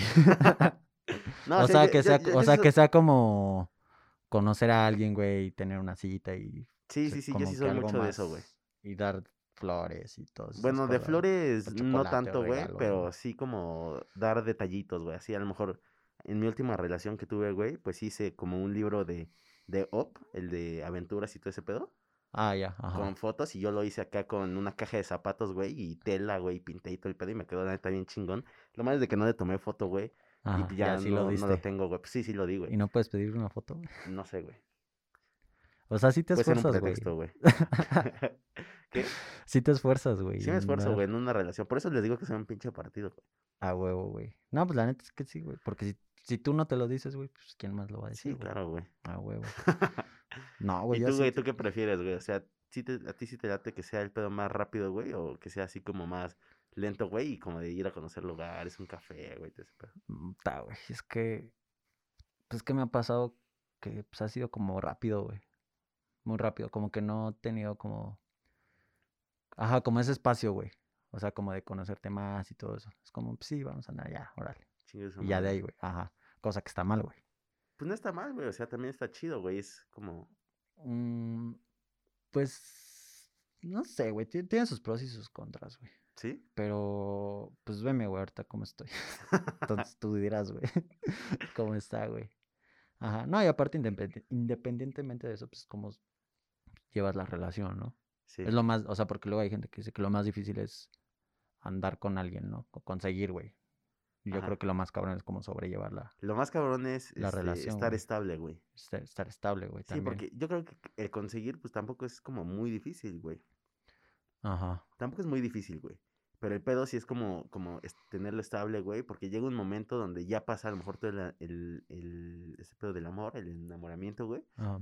Speaker 1: No,
Speaker 2: o
Speaker 1: sí,
Speaker 2: sea,
Speaker 1: yo-
Speaker 2: que
Speaker 1: yo-
Speaker 2: sea,
Speaker 1: yo-
Speaker 2: o
Speaker 1: yo
Speaker 2: sea,
Speaker 1: sí
Speaker 2: que
Speaker 1: so-
Speaker 2: sea como conocer a alguien, güey, y tener una cita y...
Speaker 1: Sí,
Speaker 2: o sea,
Speaker 1: sí, sí, yo
Speaker 2: como
Speaker 1: sí
Speaker 2: que
Speaker 1: soy
Speaker 2: algo
Speaker 1: mucho de eso, güey.
Speaker 2: más Y dar flores y todo eso.
Speaker 1: Bueno, de flores
Speaker 2: o
Speaker 1: no
Speaker 2: chocolate o
Speaker 1: tanto, güey,
Speaker 2: regalo,
Speaker 1: pero
Speaker 2: ¿no?
Speaker 1: sí como dar detallitos, güey. Así a lo mejor en mi última relación que tuve, güey, pues hice como un libro de, de Up, el de aventuras y todo ese pedo,
Speaker 2: Ah, ya, ajá.
Speaker 1: con fotos y yo lo hice acá con una caja de zapatos, güey, y tela, güey, pinté y todo el pedo y me quedó la neta bien chingón. Lo malo es de que no le tomé foto, güey, y
Speaker 2: Ajá,
Speaker 1: pues
Speaker 2: ya,
Speaker 1: ya
Speaker 2: sí
Speaker 1: no,
Speaker 2: lo
Speaker 1: no
Speaker 2: diste.
Speaker 1: lo tengo, güey. Pues sí, sí lo di,
Speaker 2: Y
Speaker 1: güey.
Speaker 2: no puedes pedir una foto, güey.
Speaker 1: No sé, güey.
Speaker 2: O sea, sí te
Speaker 1: Puede ser un
Speaker 2: esfuerzas,
Speaker 1: pretexto,
Speaker 2: güey.
Speaker 1: güey. ¿Qué?
Speaker 2: Sí te esfuerzas, güey.
Speaker 1: Sí me
Speaker 2: en
Speaker 1: esfuerzo,
Speaker 2: dar
Speaker 1: güey, en una relación. Por eso les digo que soy un pinche partido, güey.
Speaker 2: A huevo, güey. No, pues la neta es que sí, güey. Porque si, si tú no te lo dices, güey, pues quién más lo va a decir.
Speaker 1: Sí,
Speaker 2: güey?
Speaker 1: claro, güey.
Speaker 2: A huevo. No, güey.
Speaker 1: ¿Y
Speaker 2: yo
Speaker 1: tú,
Speaker 2: sí
Speaker 1: güey,
Speaker 2: te-
Speaker 1: tú qué prefieres, güey? O sea, ¿sí te- ¿a ti sí te late que sea el pedo más rápido, güey? ¿O que sea así como más lento, güey? Y como de ir a conocer lugares, un café, güey, todo ese pedo.
Speaker 2: Mm, ta, güey. Es que. Pues que me ha pasado que pues, ha sido como rápido, güey. Muy rápido. Como que no he tenido como. Ajá, como ese espacio, güey. O sea, como de conocerte más y todo eso. Es como, pues, sí, vamos a andar ya, órale.
Speaker 1: Chingue su
Speaker 2: Y ya de
Speaker 1: madre.
Speaker 2: ahí, güey. Ajá. Cosa que está mal, güey.
Speaker 1: Pues no está mal, güey. O sea, también está chido, güey. Es como...
Speaker 2: Mm, pues. No sé, güey. tie- Tiene sus pros y sus contras, güey.
Speaker 1: ¿Sí?
Speaker 2: Pero, pues veme, güey, ahorita cómo estoy. Entonces tú dirás, güey, cómo está, güey. Ajá. No, y aparte, independi- independientemente de eso, pues cómo s- llevas la relación, ¿no?
Speaker 1: Sí.
Speaker 2: Es lo más, o sea, porque luego hay gente que dice que lo más difícil es andar con alguien, ¿no? O conseguir, güey. Y Yo
Speaker 1: Ajá.
Speaker 2: creo que lo más cabrón es como sobrellevarla,
Speaker 1: Lo más cabrón es
Speaker 2: La
Speaker 1: este,
Speaker 2: relación,
Speaker 1: estar
Speaker 2: güey.
Speaker 1: estable, güey.
Speaker 2: estar, este, estar estable, güey,
Speaker 1: Sí,
Speaker 2: también.
Speaker 1: porque yo creo que el conseguir, pues tampoco es como muy difícil, güey.
Speaker 2: Ajá.
Speaker 1: Tampoco es muy difícil, güey. Pero el pedo sí es como, como es- tenerlo estable, güey, porque llega un momento donde ya pasa a lo mejor todo el, el, el- ese pedo del amor, el enamoramiento, güey.
Speaker 2: ajá.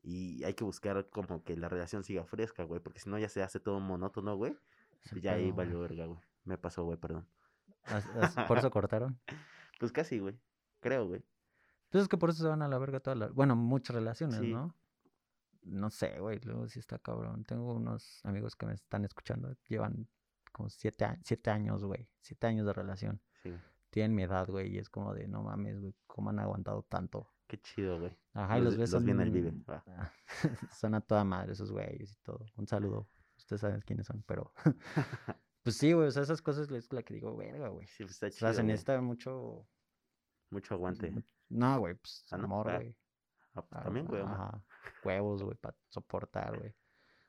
Speaker 1: Y hay que buscar como que la relación siga fresca, güey, porque si no ya se hace todo monótono, güey.
Speaker 2: Es el
Speaker 1: Y pues, ya ahí
Speaker 2: pedo, güey.
Speaker 1: valió verga, güey. Me pasó, güey, perdón.
Speaker 2: As- as- Por eso cortaron.
Speaker 1: Pues casi, güey. Creo, güey.
Speaker 2: Entonces Pues, es que por eso se van a la verga todas las, bueno, muchas relaciones,
Speaker 1: Sí.
Speaker 2: ¿no? No sé, güey, luego sí está cabrón. Tengo unos amigos que me están escuchando, llevan como siete, a- siete años, güey, siete años de relación.
Speaker 1: Sí, güey.
Speaker 2: Tienen mi edad, güey, y es como de, no mames, güey, cómo han aguantado tanto.
Speaker 1: Qué chido, güey.
Speaker 2: Ajá, y los,
Speaker 1: de-
Speaker 2: ves
Speaker 1: Los viene el
Speaker 2: son-
Speaker 1: vive. va.
Speaker 2: Ah, son a toda madre esos güeyes y todo. Un saludo, ustedes saben quiénes son, pero... pues sí, güey, o sea, esas cosas es la que digo, verga, güey.
Speaker 1: Sí, pues está
Speaker 2: O sea,
Speaker 1: chido.
Speaker 2: se
Speaker 1: güey.
Speaker 2: necesita mucho...
Speaker 1: Mucho aguante.
Speaker 2: mu- No, güey, pues
Speaker 1: Ah, ¿no?
Speaker 2: amor,
Speaker 1: Ah.
Speaker 2: güey.
Speaker 1: Ah, pues
Speaker 2: Ah,
Speaker 1: también, güey. amor.
Speaker 2: ajá, Huevos, güey, para soportar, güey.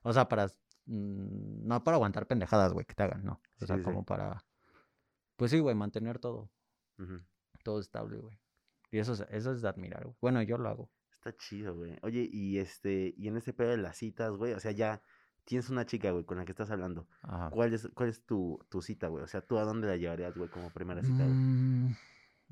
Speaker 2: O sea, para. s- mm, No para aguantar pendejadas, güey, que te hagan, no. O
Speaker 1: Sí,
Speaker 2: sea,
Speaker 1: sí, sí.
Speaker 2: como para. Pues sí, güey, mantener todo.
Speaker 1: Ujú.
Speaker 2: Todo estable, güey. Y eso es, eso es de admirar, güey. Bueno, yo lo hago.
Speaker 1: Está chido, güey. Oye, y este, y en este pedo de las citas, güey, o sea, ya tienes una chica, güey, con la que estás hablando.
Speaker 2: Ajá.
Speaker 1: ¿Cuál es, cuál es tu, tu cita, güey? O sea, ¿tú a dónde la llevarías, güey, como primera cita, güey?
Speaker 2: Mm,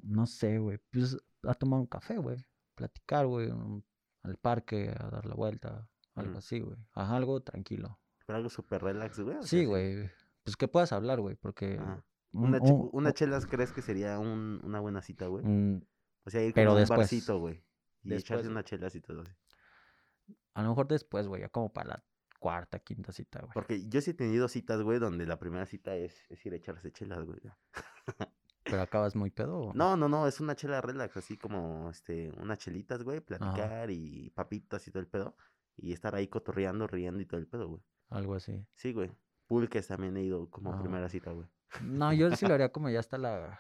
Speaker 2: no sé, güey. Pues a tomar un café, güey. Platicar, güey. un- Al parque, a dar la vuelta. Algo
Speaker 1: Ujú.
Speaker 2: así, güey. Ajá, algo tranquilo.
Speaker 1: Pero algo súper relax, güey. o sea,
Speaker 2: Sí, güey. Pues que puedas hablar, güey, porque.
Speaker 1: Ajá.
Speaker 2: un-
Speaker 1: Una,
Speaker 2: un-
Speaker 1: che- una
Speaker 2: un-
Speaker 1: chelas crees que sería un- una buena cita, güey.
Speaker 2: un-
Speaker 1: O sea, ir
Speaker 2: pero
Speaker 1: como a un
Speaker 2: después.
Speaker 1: barcito, güey. Y
Speaker 2: Después,
Speaker 1: echarse
Speaker 2: güey.
Speaker 1: una chelas y todo así.
Speaker 2: A lo mejor después, güey, ya como para la cuarta, quinta cita, güey.
Speaker 1: Porque yo sí he tenido citas, güey, donde la primera cita es, es ir a echarse chelas, güey. ya.
Speaker 2: Pero acabas muy pedo. ¿o
Speaker 1: No, no, no, es una chela relax, así como, este, unas chelitas, güey, platicar y papitas y todo el pedo. Y estar ahí cotorreando, riendo y todo el pedo, güey.
Speaker 2: Algo así.
Speaker 1: Sí, güey. Pulques también he ido como
Speaker 2: Ajá.
Speaker 1: primera cita, güey.
Speaker 2: No, yo sí lo haría como ya hasta la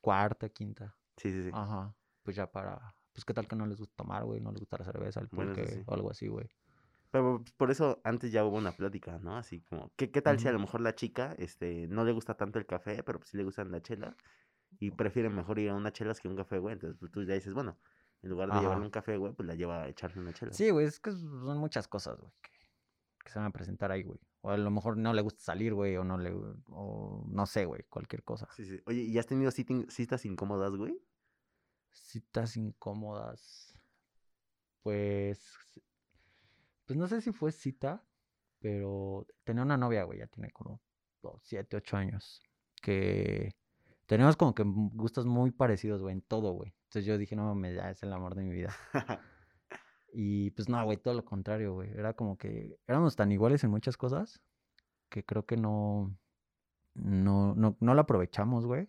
Speaker 2: cuarta, quinta.
Speaker 1: Sí, sí, sí.
Speaker 2: Ajá. Pues ya para. Pues qué tal que no les gusta tomar, güey. No les gusta la cerveza, el
Speaker 1: Bueno,
Speaker 2: pulque,
Speaker 1: eso sí.
Speaker 2: o algo así, güey.
Speaker 1: Pero pues, por eso antes ya hubo una plática, ¿no? Así como, ¿qué, qué tal si a
Speaker 2: Ujú.
Speaker 1: lo mejor la chica este, no le gusta tanto el café, pero pues sí le gustan la chela? Y prefiere mejor ir a unas chelas que un café, güey. Entonces pues, tú ya dices, bueno, en lugar de
Speaker 2: Ajá.
Speaker 1: llevarle un café, güey, pues la lleva a echarle una chela.
Speaker 2: Sí, güey, es que son muchas cosas, güey, que, que se van a presentar ahí, güey. O a lo mejor no le gusta salir, güey, o no le. O no sé, güey, cualquier cosa.
Speaker 1: Sí, sí. Oye, ¿y has tenido citin- citas incómodas, güey?
Speaker 2: Citas incómodas. Pues. Pues no sé si fue cita, pero tenía una novia, güey, ya tiene como 7, 8 años. Que tenemos como que m- gustos muy parecidos, güey, en todo, güey. Entonces yo dije, no mames, ya es el amor de mi vida. Y pues no, güey, todo lo contrario, güey. Era como que éramos tan iguales en muchas cosas que creo que no. No, no, no la aprovechamos, güey.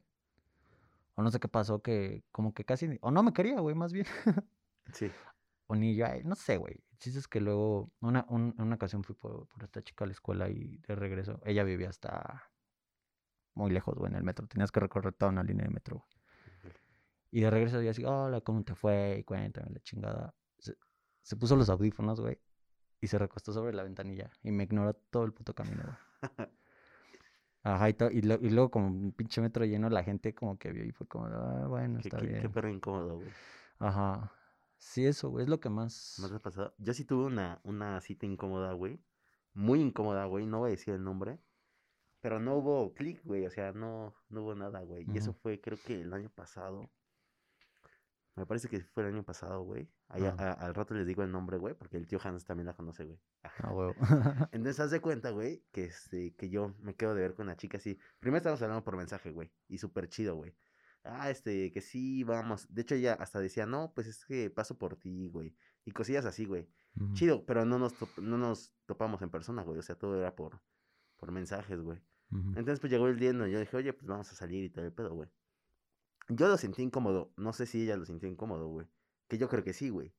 Speaker 2: O no sé qué pasó, que como que casi, ni- o no me quería, güey, más bien.
Speaker 1: Sí.
Speaker 2: O ni yo, a él, eh, no sé, güey. El chiste es que luego, una, un- en una ocasión fui por, por esta chica a la escuela y de regreso, ella vivía hasta muy lejos, güey, en el metro. Tenías que recorrer toda una línea de metro, güey. Y de regreso yo así, hola, ¿cómo te fue? Y cuéntame la chingada. Se, se puso los audífonos, güey, y se recostó sobre la ventanilla y me ignoró todo el puto camino, güey. Ajá, y, to- y, lo- y luego como un pinche metro lleno, la gente como que vio y fue como, ah, bueno,
Speaker 1: Qué,
Speaker 2: está
Speaker 1: qué- qué
Speaker 2: bien.
Speaker 1: perro incómodo, güey.
Speaker 2: Ajá. Sí, eso, güey, es lo que más...
Speaker 1: ¿No te has pasado? Yo sí tuve una, una cita incómoda, güey. Muy incómoda, güey. No voy a decir el nombre. Pero no hubo clic, güey. O sea, no, no hubo nada, güey. Y eso
Speaker 2: Ujú.
Speaker 1: fue, creo que el año pasado. Me parece que fue el año pasado, güey. Ahí a-
Speaker 2: Ah.
Speaker 1: a- al rato les digo el nombre, güey, porque el tío Hans también la conoce, güey.
Speaker 2: Ah, huevo.
Speaker 1: Entonces, haz de cuenta, güey, que, este, que yo me quedo de ver con la chica así. Primero estábamos hablando por mensaje, güey. Y súper chido, güey. Ah, este, que sí, vamos. De hecho, ella hasta decía, no, pues es que paso por ti, güey. Y cosillas así, güey.
Speaker 2: Ujú.
Speaker 1: Chido, pero no nos, top- no nos topamos en persona, güey. O sea, todo era por, por mensajes, güey.
Speaker 2: Ujú.
Speaker 1: Entonces, pues llegó el día en donde yo dije, oye, pues vamos a salir y todo el pedo, güey. Yo lo sentí incómodo. No sé si ella lo sintió incómodo, güey. Que yo creo que sí, güey.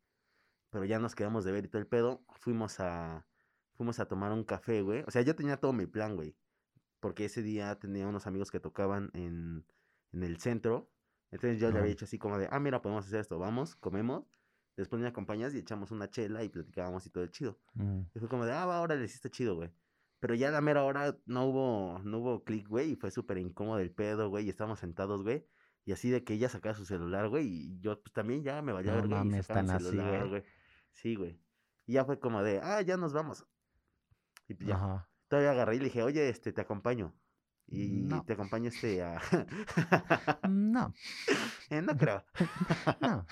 Speaker 1: Pero ya nos quedamos de ver y todo el pedo. Fuimos a, fuimos a tomar un café, güey. O sea, yo tenía todo mi plan, güey. Porque ese día tenía unos amigos que tocaban en, en el centro. Entonces yo le
Speaker 2: Ajá.
Speaker 1: había dicho así como de, ah, mira, podemos hacer esto. Vamos, comemos. Después me acompañas y echamos una chela y platicábamos y todo el chido.
Speaker 2: Ujú.
Speaker 1: Y fue como de, ah, va, órale, sí está chido, güey. Pero ya a la mera hora no hubo, no hubo clic, güey, y fue súper incómodo el pedo, güey, y estábamos sentados, güey. Y así de que ella sacaba su celular, güey, y yo pues también ya me valía
Speaker 2: No
Speaker 1: ver, güey, y
Speaker 2: mames,
Speaker 1: sacaba el
Speaker 2: tan así,
Speaker 1: celular,
Speaker 2: güey.
Speaker 1: güey. Sí, güey. Y ya fue como de, ah, ya nos vamos. Y pues ya,
Speaker 2: Ajá.
Speaker 1: todavía agarré y le dije, oye, este, te acompaño. Y
Speaker 2: No.
Speaker 1: te acompaño este a...
Speaker 2: No,
Speaker 1: Eh, no creo.
Speaker 2: no.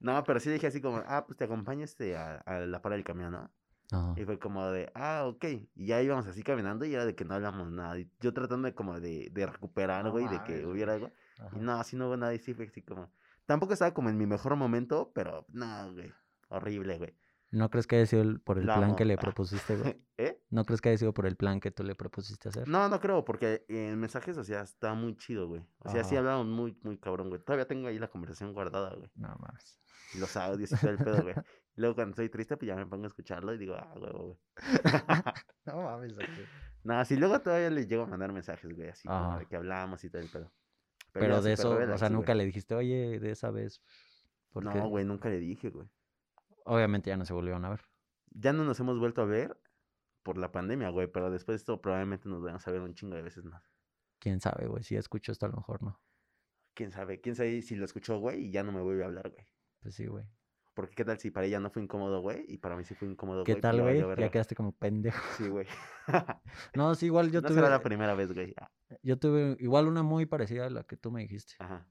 Speaker 1: No, pero sí dije así como, ah, pues te acompaño este a, a la parada del camión, ¿no?
Speaker 2: Ajá.
Speaker 1: Y fue como de, ah, ok. Y ya íbamos así caminando y era de que no hablamos nada. Y yo tratando de como de, de recuperar,
Speaker 2: No
Speaker 1: güey, de que
Speaker 2: mames,
Speaker 1: hubiera algo.
Speaker 2: Ajá.
Speaker 1: Y no, así no hubo nada. Y sí fue así como... Tampoco estaba como en mi mejor momento, pero no, güey. Horrible, güey.
Speaker 2: ¿No crees que haya sido el- por el
Speaker 1: Lo
Speaker 2: plan que
Speaker 1: amo.
Speaker 2: le propusiste, güey?
Speaker 1: ¿Eh?
Speaker 2: ¿No crees que haya sido por el plan que tú le propusiste hacer?
Speaker 1: No, no creo, porque en mensajes, o sea, está muy chido, güey. O sea, sí
Speaker 2: Ajá.
Speaker 1: hablamos muy, muy cabrón, güey. Todavía tengo ahí la conversación guardada, güey.
Speaker 2: No mames.
Speaker 1: Y Los audios y todo el pedo, güey. Y Luego cuando estoy triste, pues ya me pongo a escucharlo y digo, ah, huevo, güey.
Speaker 2: No mames,
Speaker 1: No, si luego todavía le llego a mandar mensajes, güey, así como
Speaker 2: Ajá.
Speaker 1: de que hablamos y todo el pedo.
Speaker 2: Pero
Speaker 1: era
Speaker 2: de
Speaker 1: súper
Speaker 2: eso, o
Speaker 1: relax,
Speaker 2: sea,
Speaker 1: güey.
Speaker 2: nunca le dijiste, oye, de esa vez. Porque
Speaker 1: No, güey, nunca le dije, güey.
Speaker 2: obviamente ya no se volvieron a ver.
Speaker 1: Ya no nos hemos vuelto a ver por la pandemia, güey, pero después de esto probablemente nos vayamos a ver un chingo de veces más.
Speaker 2: Quién sabe, güey. Si escucho esto, a lo mejor no.
Speaker 1: Quién sabe, quién sabe si lo escuchó, güey, y ya no me vuelve a hablar, güey.
Speaker 2: Pues sí, güey.
Speaker 1: Porque qué tal si para ella no fue incómodo, güey, y para mí sí fue incómodo,
Speaker 2: ¿Qué
Speaker 1: güey. pues
Speaker 2: tal,
Speaker 1: ya
Speaker 2: güey?
Speaker 1: valió
Speaker 2: Ya
Speaker 1: verga.
Speaker 2: quedaste como pendejo.
Speaker 1: Sí, güey.
Speaker 2: No, sí, igual yo
Speaker 1: no será
Speaker 2: tuve.
Speaker 1: la primera vez, güey. Ah,
Speaker 2: Yo tuve igual una muy parecida a la que tú me dijiste.
Speaker 1: Ajá.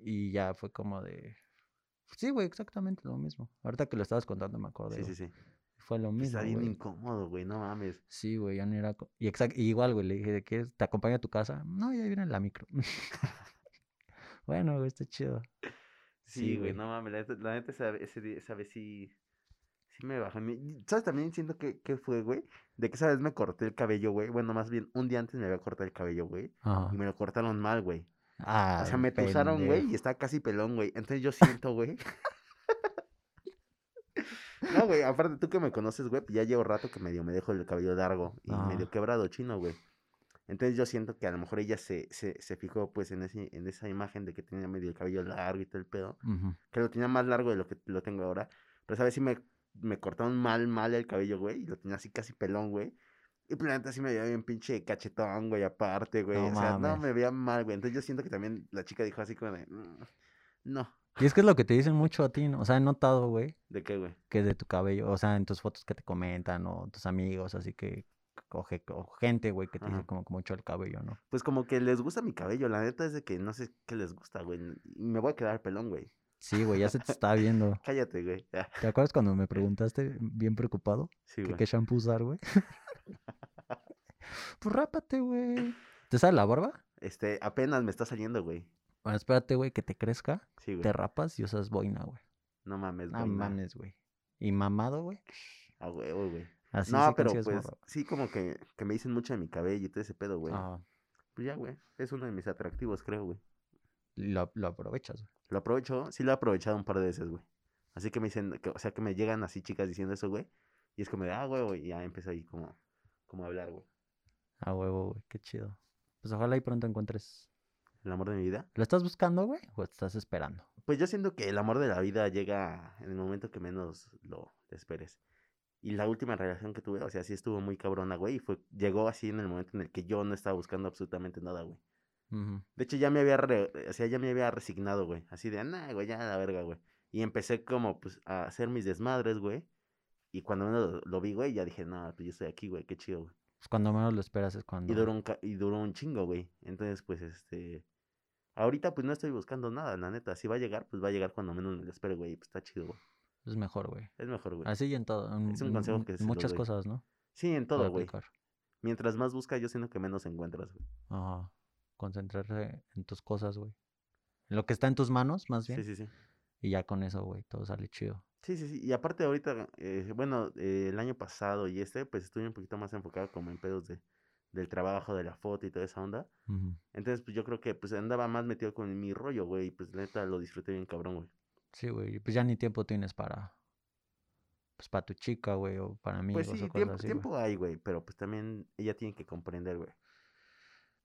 Speaker 2: Y ya fue como de. Sí, güey, exactamente lo mismo. Ahorita que lo estabas contando me acordé.
Speaker 1: Sí, sí,
Speaker 2: güey.
Speaker 1: sí.
Speaker 2: Fue lo
Speaker 1: Pues Está
Speaker 2: mismo.
Speaker 1: bien
Speaker 2: güey.
Speaker 1: incómodo, güey, no mames.
Speaker 2: Sí, güey, ya no era. co- Y exact... y igual, güey, le dije, ¿de qué? es? ¿Te acompaña a tu casa? No, ya viene en la micro. bueno, güey, está chido.
Speaker 1: Sí, güey, no mames, la neta, la neta esa, ese día- esa vez sí, sí me bajó. mi- y, ¿Sabes también siento que, que fue, güey? De que esa vez me corté el cabello, güey. Bueno, más bien, un día antes me había cortado el cabello, güey.
Speaker 2: Ajá.
Speaker 1: Y me lo cortaron mal, güey.
Speaker 2: Ah,
Speaker 1: o sea, me tuzaron, güey, y
Speaker 2: pendejo.
Speaker 1: está casi pelón, güey. Entonces yo siento, güey. no, güey, aparte tú que me conoces, güey, ya llevo rato que medio me dejo el cabello largo y medio
Speaker 2: Ajá.
Speaker 1: quebrado chino, güey. Entonces yo siento que a lo mejor ella se, se, se fijó, pues, en, ese, en esa imagen de que tenía medio el cabello largo y todo el pedo
Speaker 2: Ujú.
Speaker 1: que lo tenía más largo de lo que lo tengo ahora. Pero sabes si me, me cortaron mal, mal el cabello, güey. Y lo tenía así casi pelón, güey. Y pues, la neta sí me veía bien pinche cachetón, güey, aparte, güey.
Speaker 2: No
Speaker 1: o sea, no
Speaker 2: mames.
Speaker 1: me veía mal, güey. Entonces yo siento que también la chica dijo así como de. "Mm, No.
Speaker 2: Y es que es lo que te dicen mucho a ti, ¿no? O sea, he notado, güey,
Speaker 1: ¿De qué, güey?
Speaker 2: que de tu cabello, o sea, en tus fotos que te comentan o tus amigos, así que. O, ge- o gente, güey, que te dice
Speaker 1: Ajá.
Speaker 2: como que mucho el cabello, ¿no?
Speaker 1: Pues como que les gusta mi cabello. La neta es de que no sé qué les gusta, güey. Y me voy a quedar pelón, güey.
Speaker 2: Sí, güey, ya se te está viendo.
Speaker 1: Cállate, güey. Ah,
Speaker 2: ¿Te acuerdas cuando me preguntaste, bien preocupado,
Speaker 1: Sí,
Speaker 2: que
Speaker 1: güey.
Speaker 2: qué shampoo usar, güey? pues rápate, güey. ¿Te sale la barba?
Speaker 1: Este, apenas me está saliendo, güey.
Speaker 2: Bueno, espérate, güey, que te crezca,
Speaker 1: Sí, güey.
Speaker 2: te rapas y usas boina, güey.
Speaker 1: No mames,
Speaker 2: No
Speaker 1: güey. nada.
Speaker 2: mames, güey. Y mamado, güey.
Speaker 1: A huevo, güey.
Speaker 2: Así
Speaker 1: no,
Speaker 2: sí
Speaker 1: pero
Speaker 2: consigues
Speaker 1: pues
Speaker 2: morra, güey.
Speaker 1: sí, como que, que me dicen mucho de mi cabello y todo ese pedo, güey.
Speaker 2: Ah,
Speaker 1: Pues ya, güey. Es uno de mis atractivos, creo, güey.
Speaker 2: lo, lo aprovechas, güey.
Speaker 1: Lo aprovecho, sí lo he aprovechado un par de veces, güey. Así que me dicen, que- o sea, que me llegan así chicas diciendo eso, güey. Y es como de, ah, güey, güey, y ya empiezo ahí como, como a hablar, güey.
Speaker 2: A huevo, güey, qué chido. Pues ojalá y pronto encuentres.
Speaker 1: El amor de mi vida.
Speaker 2: ¿Lo estás buscando, güey? ¿O estás esperando?
Speaker 1: Pues yo siento que el amor de la vida llega en el momento que menos lo esperes. Y la última relación que tuve, o sea, sí estuvo muy cabrona, güey. Y fue, llegó así en el momento en el que yo no estaba buscando absolutamente nada, güey.
Speaker 2: Ujú.
Speaker 1: De hecho, ya me había, re- o sea, ya me había resignado, güey. Así de, nah, güey, ya la verga, güey. Y empecé como, pues, a hacer mis desmadres, güey. Y cuando menos lo, lo vi, güey, ya dije, no, pues yo estoy aquí, güey, qué chido, güey.
Speaker 2: Pues cuando menos lo esperas es cuando.
Speaker 1: Y duró un, ca- y duró un chingo, güey. Entonces, pues, este... Ahorita, pues, no estoy buscando nada, la neta. Si va a llegar, pues, va a llegar cuando menos me lo espere, güey. Pues, está chido, güey.
Speaker 2: Es mejor, güey.
Speaker 1: Es mejor, güey.
Speaker 2: Así y en todo. en-
Speaker 1: Pues Es un
Speaker 2: en-
Speaker 1: consejo
Speaker 2: en
Speaker 1: que se los
Speaker 2: Muchas
Speaker 1: doy.
Speaker 2: cosas, ¿no?
Speaker 1: Sí, en todo,
Speaker 2: Para
Speaker 1: güey.
Speaker 2: aplicar.
Speaker 1: Mientras más buscas, yo siento que menos encuentras, güey.
Speaker 2: Ajá. Concentrarse en tus cosas, güey. En lo que está en tus manos, más Pues bien.
Speaker 1: Sí, sí, sí.
Speaker 2: Y ya con eso, güey, todo sale chido.
Speaker 1: Sí, sí, sí. Y aparte ahorita, eh, bueno, eh, el año pasado y este, pues estuve un poquito más enfocado como en pedos de, del trabajo, de la foto y toda esa onda.
Speaker 2: Ujú.
Speaker 1: Entonces, pues yo creo que pues andaba más metido con mi rollo, güey. Y pues la neta lo disfruté bien cabrón, güey.
Speaker 2: Sí, güey. Pues ya ni tiempo tienes para. Pues para tu chica, güey, o para amigos
Speaker 1: Pues
Speaker 2: o
Speaker 1: sí,
Speaker 2: cosas
Speaker 1: tiempo,
Speaker 2: así. güey.
Speaker 1: tiempo hay, güey. Pero pues también ella tiene que comprender, güey.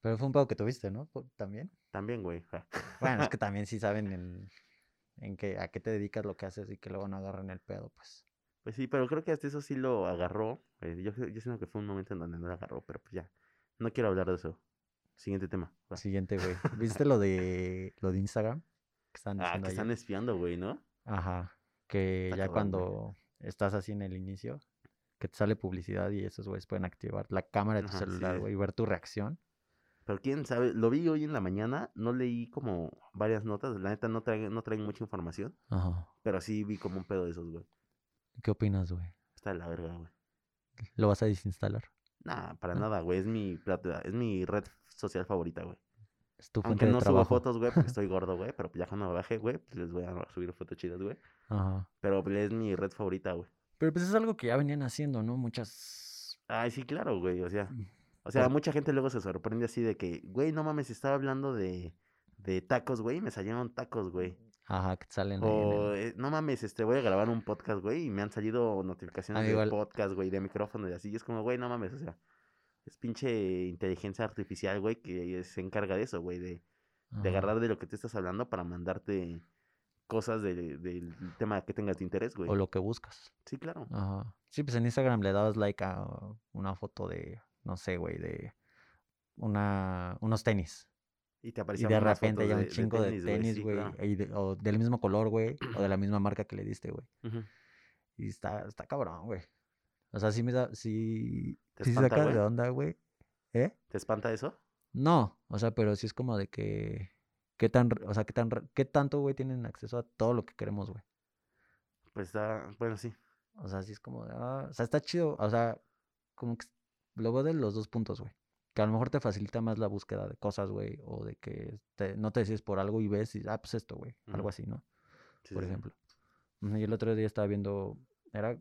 Speaker 2: Pero fue un pedo que tuviste, ¿no? Por- También.
Speaker 1: También, güey. ja.
Speaker 2: Bueno, es que también sí saben el- en qué, a qué te dedicas, lo que haces y que luego no agarren el pedo, pues.
Speaker 1: Pues sí, pero creo que hasta eso sí lo agarró. eh, yo, yo siento que fue un momento en donde no lo agarró, pero pues ya. No quiero hablar de eso. Siguiente tema. va.
Speaker 2: Siguiente, güey. ¿Viste lo de lo de Instagram? Que están
Speaker 1: Ah,
Speaker 2: diciendo
Speaker 1: que
Speaker 2: ayer?
Speaker 1: están espiando, güey, ¿no?
Speaker 2: Ajá. Que
Speaker 1: Está
Speaker 2: ya
Speaker 1: cabrón, güey.
Speaker 2: cuando estás así en el inicio, que te sale publicidad y esos güeyes pueden activar la cámara de tu
Speaker 1: Ajá, sí,
Speaker 2: celular,
Speaker 1: sí.
Speaker 2: güey, y ver tu reacción.
Speaker 1: Pero quién sabe, lo vi hoy en la mañana, no leí como varias notas, la neta no traen, no traen mucha información,
Speaker 2: Ajá.
Speaker 1: pero sí vi como un pedo de esos, güey.
Speaker 2: ¿Qué opinas, güey?
Speaker 1: Está de la verga, güey.
Speaker 2: ¿Lo vas a desinstalar?
Speaker 1: Nah, para
Speaker 2: ¿No?
Speaker 1: nada, güey, es mi plata, es mi red social favorita, güey.
Speaker 2: Es tu fuente
Speaker 1: Aunque
Speaker 2: de
Speaker 1: no subo
Speaker 2: trabajo.
Speaker 1: fotos, güey, porque estoy gordo, güey, pero ya cuando baje, güey, pues les voy a subir fotos chidas, güey.
Speaker 2: Ajá.
Speaker 1: Pero pues, es mi red favorita, güey.
Speaker 2: Pero pues es algo que ya venían haciendo, ¿no? Muchas.
Speaker 1: Ay, sí, claro, güey, o sea,
Speaker 2: Mm,
Speaker 1: o sea,
Speaker 2: pero-
Speaker 1: mucha gente luego se sorprende así de que, güey, no mames, estaba hablando de, de tacos, güey, y me salieron tacos, güey.
Speaker 2: Ajá, que salen ahí. en el-
Speaker 1: O, eh, no mames, este, voy a grabar un podcast, güey, y me han salido notificaciones
Speaker 2: Ah,
Speaker 1: de
Speaker 2: igual.
Speaker 1: podcast, güey, de micrófono y así. Y es como, güey, no mames, o sea, es pinche inteligencia artificial, güey, que se encarga de eso, güey, de, de
Speaker 2: Ajá.
Speaker 1: agarrar de lo que tú estás hablando para mandarte cosas de- del tema que tengas de interés, güey.
Speaker 2: O lo que buscas.
Speaker 1: Sí, claro.
Speaker 2: Ajá. Sí, pues en Instagram le dabas like a una foto de, no sé, güey, de una, unos tenis.
Speaker 1: Y te
Speaker 2: Y
Speaker 1: aparecían
Speaker 2: de
Speaker 1: más
Speaker 2: repente
Speaker 1: fotos
Speaker 2: ya un chingo de
Speaker 1: güey,
Speaker 2: tenis,
Speaker 1: sí,
Speaker 2: güey.
Speaker 1: claro.
Speaker 2: y de- o del mismo color, güey. o de la misma marca que le diste, güey.
Speaker 1: Ujú.
Speaker 2: Y está, está cabrón, güey. O sea, sí me da, sí,
Speaker 1: ¿Te
Speaker 2: sí se
Speaker 1: espanta,
Speaker 2: saca
Speaker 1: güey?
Speaker 2: de onda, güey. ¿Eh?
Speaker 1: ¿Te espanta eso?
Speaker 2: No, o sea, pero sí es como de que, qué tan, re- o sea, qué tan, re- qué tanto, güey, tienen acceso a todo lo que queremos, güey.
Speaker 1: Pues está, bueno, sí.
Speaker 2: O sea, sí es como de, ah, o sea, está chido, o sea, como que s- lo veo de los dos puntos, güey. Que a lo mejor te facilita más la búsqueda de cosas, güey, o de que te- no te decides por algo y ves y, ah, pues esto, güey, algo
Speaker 1: Ujú.
Speaker 2: así, ¿no?
Speaker 1: sí,
Speaker 2: por
Speaker 1: sí, sí.
Speaker 2: ejemplo. Ujú, Y el otro día estaba viendo, era,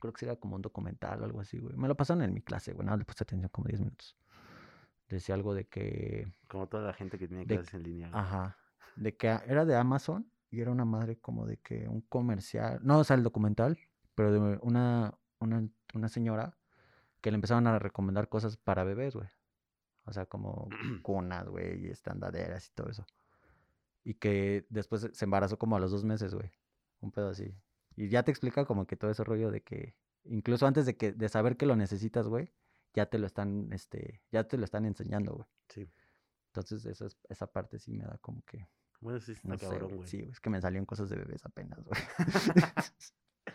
Speaker 2: creo que sí era como un documental o algo así, güey. Me lo pasaron en mi clase, güey, nada, le puse atención como 10 minutos. Decía algo de que,
Speaker 1: Como toda la gente que tiene
Speaker 2: De-
Speaker 1: clases en línea, güey.
Speaker 2: Ajá. De que a- era de Amazon y era una madre como de que un comercial. No, o sea, el documental, pero de una, una, una señora que le empezaron a recomendar cosas para bebés, güey. O sea, como cunas, güey, y estandaderas y todo eso. Y que después se- se embarazó como a los dos meses, güey. Un pedo así. Y ya te explica como que todo ese rollo de que, incluso antes de que, de saber que lo necesitas, güey, ya te lo están, este, ya te lo están enseñando, güey.
Speaker 1: Sí.
Speaker 2: Entonces, esa, es- esa parte sí me da como que.
Speaker 1: Bueno, sí, está
Speaker 2: No sé,
Speaker 1: cabrón,
Speaker 2: güey.
Speaker 1: güey.
Speaker 2: Sí, güey, es que me salieron cosas de bebés apenas, güey.
Speaker 1: ¿Quién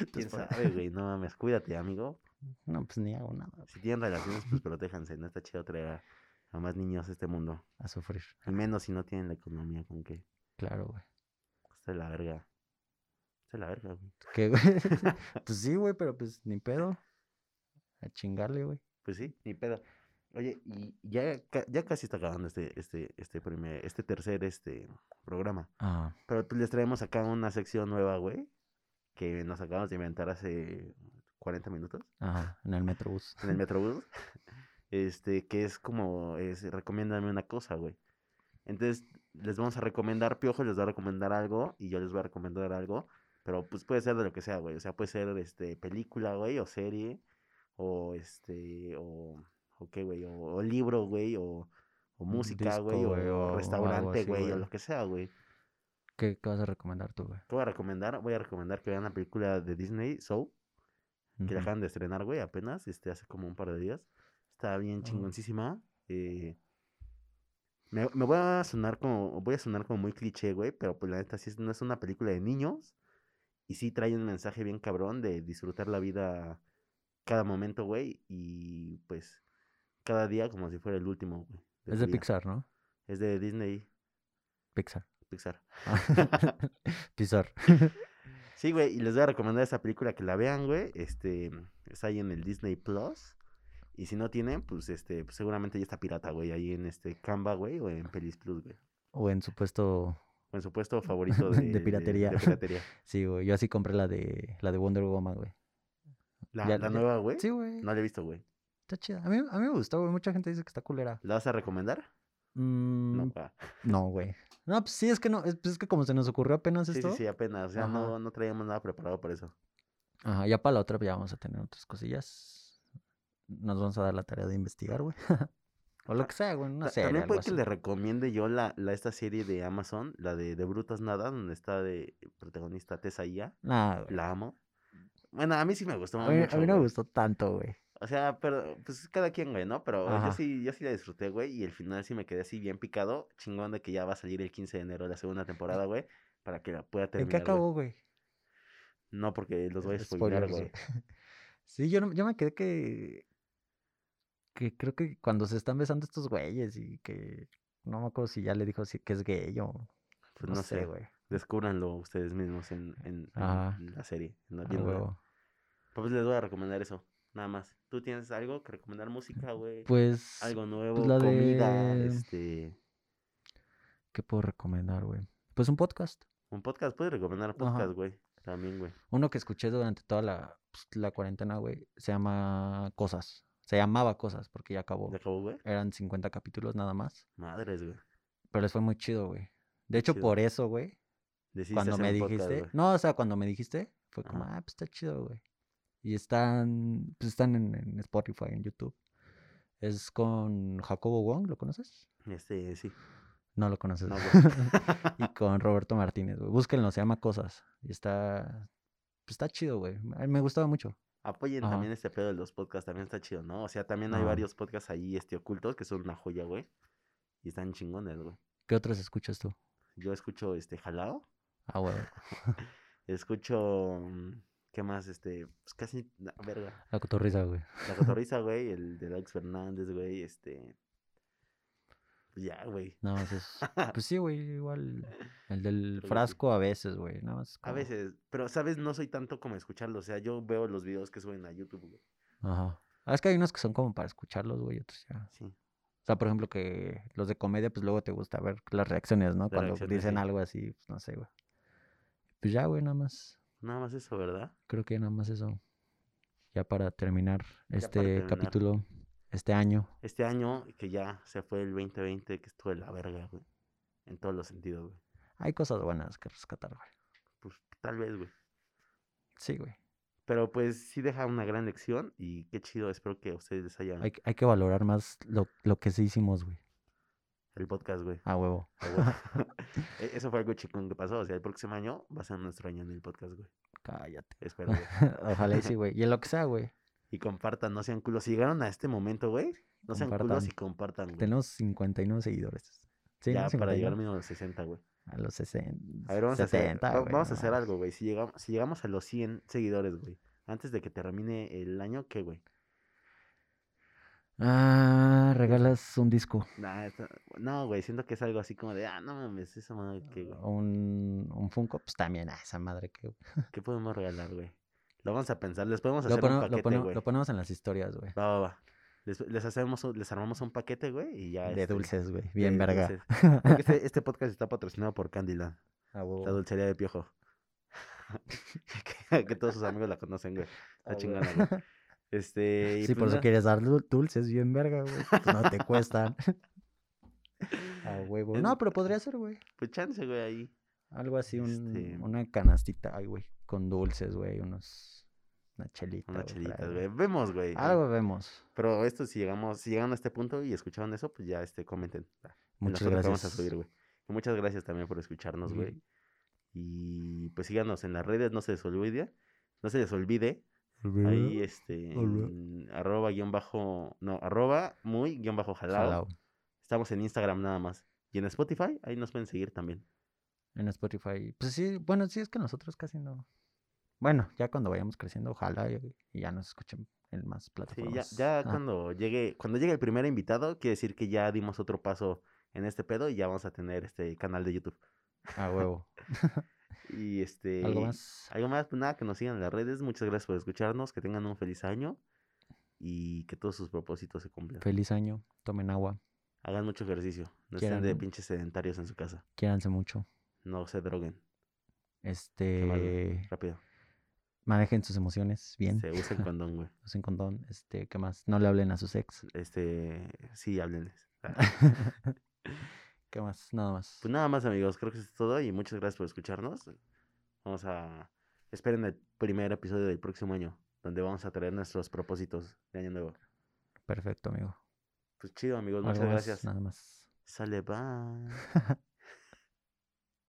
Speaker 2: Entonces, por-
Speaker 1: sabe, güey? No mames, cuídate, amigo.
Speaker 2: No, pues ni hago nada
Speaker 1: Si tienen relaciones, pues protéjanse. No está chido traer a, a más niños a este mundo.
Speaker 2: a sufrir.
Speaker 1: Y menos si no tienen la economía con que.
Speaker 2: Claro, güey.
Speaker 1: Está de la verga. Está de la verga, güey.
Speaker 2: Que, güey, pues sí, güey, pero pues ni pedo. A chingarle, güey.
Speaker 1: Pues sí, ni pedo. Oye, y ya, ca- ya casi está acabando este, este, este primer, este tercer este programa.
Speaker 2: Ah,
Speaker 1: Pero pues les traemos acá una sección nueva, güey. Que nos acabamos de inventar hace 40 minutos
Speaker 2: ajá, en el metrobús.
Speaker 1: en el Metrobús. Este, que es como, es, recomiéndame una cosa, güey. Entonces, les vamos a recomendar, Piojo les va a recomendar algo y yo les voy a recomendar algo. Pero pues puede ser de lo que sea, güey. O sea, puede ser este película, güey, o serie, o este, o, o qué, güey, o, o libro, güey, o, o música, güey,
Speaker 2: disco,
Speaker 1: o,
Speaker 2: güey, o algo
Speaker 1: restaurante,
Speaker 2: así,
Speaker 1: güey, o
Speaker 2: güey.
Speaker 1: lo que sea, güey.
Speaker 2: ¿Qué, qué vas a recomendar tú, güey?
Speaker 1: ¿Qué voy a recomendar? Voy a recomendar que vean la película de Disney, Soul, que la
Speaker 2: Ujú.
Speaker 1: acaban de estrenar, güey, apenas, este, hace como un par de días. Está bien
Speaker 2: Ah.
Speaker 1: chingoncísima. eh, me, me voy a sonar como, voy a sonar como muy cliché, güey, pero pues la neta sí es- no es una película de niños. Y sí trae un mensaje bien cabrón de disfrutar la vida cada momento, güey, y pues cada día como si fuera el último, güey.
Speaker 2: Es
Speaker 1: tu
Speaker 2: de
Speaker 1: vida.
Speaker 2: Pixar, ¿no?
Speaker 1: Es de Disney,
Speaker 2: Pixar.
Speaker 1: Pixar. Ah.
Speaker 2: Pixar.
Speaker 1: Sí, güey, y les voy a recomendar esa película que la vean, güey. Este, está ahí en el Disney Plus. Y si no tienen, pues este, pues, seguramente ya está pirata, güey, ahí en este Canva, güey, o en Pelis Plus, güey.
Speaker 2: O en supuesto.
Speaker 1: O en su puesto favorito
Speaker 2: De
Speaker 1: de,
Speaker 2: piratería.
Speaker 1: De, piratería.
Speaker 2: Sí, güey. Yo así compré la de la de Wonder Woman, güey.
Speaker 1: La,
Speaker 2: Ya-
Speaker 1: la
Speaker 2: ya-
Speaker 1: nueva, güey.
Speaker 2: Sí, güey.
Speaker 1: No la he visto, güey.
Speaker 2: Está chida. A mí, a mí me gustó, güey. Mucha gente dice que está culera.
Speaker 1: ¿La vas a recomendar?
Speaker 2: Mm,
Speaker 1: No, pa.
Speaker 2: no, güey. No, pues sí, es que no. Es, pues es que como se nos ocurrió apenas
Speaker 1: Sí, sí,
Speaker 2: esto.
Speaker 1: sí, apenas. Ya no,
Speaker 2: Ajá.
Speaker 1: no traíamos nada preparado para eso.
Speaker 2: Ajá, ya para la otra pues, ya vamos a tener otras cosillas. Nos vamos a dar la tarea de investigar, güey. o lo que sea, güey. No
Speaker 1: Ah. Ta-
Speaker 2: sé.
Speaker 1: También
Speaker 2: algo
Speaker 1: puede que
Speaker 2: así.
Speaker 1: le recomiende yo la, la, esta serie de Amazon, la de, de Brutas Nada, donde está de protagonista Tessa Ia.
Speaker 2: Nah, güey.
Speaker 1: La amo. Bueno, a mí sí me gustó
Speaker 2: A mí, a
Speaker 1: mucho,
Speaker 2: mí no me
Speaker 1: güey.
Speaker 2: gustó tanto, güey.
Speaker 1: O sea, pero pues cada quien, güey, ¿no? Pero yo
Speaker 2: Ajá.
Speaker 1: sí, yo sí la disfruté, güey, y el final sí me quedé así bien picado, chingón de que ya va a salir el 15 de enero la segunda temporada, güey, para que la pueda
Speaker 2: ¿En
Speaker 1: terminar.
Speaker 2: qué
Speaker 1: güey.
Speaker 2: acabó, güey?
Speaker 1: No, porque los voy a
Speaker 2: Es-
Speaker 1: spoilear, güey.
Speaker 2: spoilers, Sí, yo, no- yo me quedé que. Que creo que cuando se están besando estos güeyes y que. No me acuerdo si ya le dijo si, que es gay o.
Speaker 1: Pues no, sé,
Speaker 2: güey.
Speaker 1: descúbranlo ustedes mismos en, en- en
Speaker 2: Ajá.
Speaker 1: la serie, en la
Speaker 2: A
Speaker 1: viéndola.
Speaker 2: huevo.
Speaker 1: Pues les voy a recomendar eso, nada más. ¿Tú tienes algo que recomendar? Música, güey,
Speaker 2: Pues.
Speaker 1: algo nuevo,
Speaker 2: la
Speaker 1: comida,
Speaker 2: de-
Speaker 1: este...
Speaker 2: ¿Qué puedo recomendar, güey? Pues un podcast.
Speaker 1: Un podcast, puedes recomendar podcast, güey, también, güey.
Speaker 2: Uno que escuché durante toda la, pues, la cuarentena, güey, se llama Cosas. Se llamaba Cosas porque ya acabó.
Speaker 1: ¿Ya acabó, güey?
Speaker 2: Eran 50 capítulos nada más.
Speaker 1: Madres, güey.
Speaker 2: Pero les fue muy chido, güey. De hecho,
Speaker 1: chido.
Speaker 2: por eso, güey,
Speaker 1: Decidiste
Speaker 2: cuando
Speaker 1: hacer
Speaker 2: me
Speaker 1: un podcast,
Speaker 2: dijiste.
Speaker 1: güey.
Speaker 2: no, o sea, cuando me dijiste, fue como,
Speaker 1: Ajá.
Speaker 2: ah, pues está chido, güey. Y están, pues están en, en Spotify, en YouTube. Es con Jacobo Wong, ¿lo conoces?
Speaker 1: Este, sí.
Speaker 2: No lo conoces.
Speaker 1: No,
Speaker 2: güey.
Speaker 1: güey.
Speaker 2: y con Roberto Martínez, güey. Búsquenlo, se llama Cosas. Y está, pues, está chido, güey. A mí Me gustaba mucho.
Speaker 1: Apoyen
Speaker 2: Ajá.
Speaker 1: también este pedo de los podcasts, también está chido, ¿no? O sea, también hay
Speaker 2: Ajá.
Speaker 1: varios podcasts ahí este, ocultos que son una joya, güey. Y están chingones, güey.
Speaker 2: ¿Qué otros escuchas tú?
Speaker 1: Yo escucho este Jalao,
Speaker 2: Ah, huevo.
Speaker 1: escucho mm, ¿qué más? Este, pues casi na- verga.
Speaker 2: La cotorriza, güey.
Speaker 1: La cotorriza, güey, el de Alex Fernández, güey, este pues ya, güey.
Speaker 2: Nada más es. Pues sí, güey, igual.
Speaker 1: Creo
Speaker 2: El del
Speaker 1: que sí.
Speaker 2: frasco a veces, güey. Nada más.
Speaker 1: A
Speaker 2: como-
Speaker 1: veces, pero sabes, no soy tanto como escucharlo, o sea, yo veo los videos que suben a YouTube, güey.
Speaker 2: Ajá. Ah, es que hay unos que son como para escucharlos, güey, otros ya.
Speaker 1: Sí.
Speaker 2: O sea, por ejemplo, que los de comedia, pues luego te gusta ver las reacciones, ¿no?
Speaker 1: Las
Speaker 2: Cuando
Speaker 1: reacciones,
Speaker 2: dicen
Speaker 1: sí.
Speaker 2: algo así, pues no sé, güey. Pues ya, güey, nada más.
Speaker 1: Nada más eso, ¿verdad?
Speaker 2: Creo que nada más eso. Ya para terminar
Speaker 1: para
Speaker 2: este
Speaker 1: terminar.
Speaker 2: capítulo, este año.
Speaker 1: Este año que ya se fue el 2020 que estuvo de la verga, güey. En todos los sentidos, güey.
Speaker 2: Hay cosas buenas que rescatar, güey.
Speaker 1: Pues tal vez, güey.
Speaker 2: Sí, güey.
Speaker 1: Pero pues sí deja una gran lección y qué chido, espero que a ustedes les haya
Speaker 2: Hay, hay que valorar más lo, lo que sí hicimos, güey.
Speaker 1: el podcast, güey.
Speaker 2: A huevo.
Speaker 1: a huevo. E- Eso fue algo chingón que pasó, o sea, el próximo año va a ser nuestro año en el podcast, güey.
Speaker 2: Cállate.
Speaker 1: Espero, güey.
Speaker 2: Ojalá y sí, güey. Y en lo que sea, güey.
Speaker 1: Y compartan, no sean culos. Si llegaron a este momento, güey, no sean culos
Speaker 2: Compartan.
Speaker 1: y compartan, güey.
Speaker 2: Tenemos 59 seguidores. Sí, ¿no?
Speaker 1: ya para llegar
Speaker 2: 59.
Speaker 1: mínimo a los 60, güey.
Speaker 2: a los 60.
Speaker 1: A ver, vamos a
Speaker 2: 70,
Speaker 1: hacer, va-
Speaker 2: güey,
Speaker 1: vamos a
Speaker 2: no
Speaker 1: hacer
Speaker 2: mames.
Speaker 1: algo, güey. Si llegamos, si llegamos a los 100 seguidores, güey, antes de que termine el año, ¿qué, güey?
Speaker 2: Ah, regalas un disco.
Speaker 1: Nah, esta- no, güey, siento que es algo así como de, ah, no mames, esa madre que, güey.
Speaker 2: Un, un Funko, pues también, ah, esa madre que.
Speaker 1: ¿Qué podemos regalar, güey? Lo vamos a pensar, les podemos hacer
Speaker 2: Lo,
Speaker 1: un
Speaker 2: ponemos- lo,
Speaker 1: paquete,
Speaker 2: ponemos-
Speaker 1: güey.
Speaker 2: lo ponemos en las historias, güey.
Speaker 1: Va, va, va. Les, les hacemos, un- les armamos un paquete, güey, y ya.
Speaker 2: Ah, De
Speaker 1: este,
Speaker 2: dulces, güey.
Speaker 1: de
Speaker 2: Bien verga.
Speaker 1: dulces. Creo que Este, este podcast está patrocinado por Candyland,
Speaker 2: A huevo.
Speaker 1: la dulcería de Piojo. que, que todos sus amigos la conocen, güey. Está
Speaker 2: A huevo.
Speaker 1: chingona, güey. Este, y
Speaker 2: Ah, Sí,
Speaker 1: pues
Speaker 2: por eso
Speaker 1: nada.
Speaker 2: quieres dar dul- dulces bien verga, güey. pues no te cuestan. A huevo.
Speaker 1: Es-
Speaker 2: No, pero podría ser, güey.
Speaker 1: Pues chance, güey, ahí.
Speaker 2: Algo así, un-
Speaker 1: Este-
Speaker 2: una canastita, ay, güey, con dulces, güey, unos, una chelita.
Speaker 1: Unas
Speaker 2: por
Speaker 1: chelitas,
Speaker 2: ahí.
Speaker 1: güey. Vemos, güey. ahí.
Speaker 2: Algo vemos.
Speaker 1: Pero esto, si llegamos, si llegaron a este punto y escucharon eso, pues ya este, comenten. ah, en las
Speaker 2: Muchas
Speaker 1: fotos que
Speaker 2: gracias.
Speaker 1: Vamos a subir, güey. Y Muchas gracias también por escucharnos,
Speaker 2: Sí.
Speaker 1: güey. Y pues síganos en las redes, no se les olvide. No se les olvide. Ahí este
Speaker 2: Alright.
Speaker 1: en arroba guión bajo. No, arroba muy guión bajo jalado.
Speaker 2: Jalao.
Speaker 1: Estamos en Instagram nada más. Y en Spotify, ahí nos pueden seguir también.
Speaker 2: En Spotify. Pues sí, bueno, sí es que nosotros casi no. Bueno, ya cuando vayamos creciendo, ojalá y, y ya nos escuchen en más
Speaker 1: Sí,
Speaker 2: plataformas.
Speaker 1: ya,
Speaker 2: Ah,
Speaker 1: ya
Speaker 2: Ajá.
Speaker 1: cuando llegue, cuando llegue el primer invitado, quiere decir que ya dimos otro paso en este pedo y ya vamos a tener este canal de YouTube.
Speaker 2: A huevo.
Speaker 1: Y este.
Speaker 2: Algo más.
Speaker 1: Algo más, pues nada, que nos sigan en las redes. Muchas gracias por escucharnos, que tengan un feliz año y que todos sus propósitos se cumplan.
Speaker 2: Feliz año. Tomen agua.
Speaker 1: Hagan mucho ejercicio, no estén de
Speaker 2: Quieran-
Speaker 1: pinches sedentarios en su casa,
Speaker 2: Quiéranse mucho.
Speaker 1: no se droguen, malo.
Speaker 2: Este.
Speaker 1: rápido.
Speaker 2: Manejen sus emociones bien.
Speaker 1: Se usen condón, güey.
Speaker 2: Usen condón. Este, ¿qué más? No le hablen a sus ex.
Speaker 1: Este, sí, háblenles. Ah,
Speaker 2: ¿Qué más? Nada más.
Speaker 1: Pues nada más, amigos, creo que eso es todo y muchas gracias por escucharnos. Vamos a esperen el primer episodio del próximo año, donde vamos a traer nuestros propósitos de año nuevo.
Speaker 2: Perfecto, amigo.
Speaker 1: Pues chido, amigos,
Speaker 2: Algo
Speaker 1: muchas
Speaker 2: más,
Speaker 1: gracias.
Speaker 2: Nada más.
Speaker 1: Sale, bye.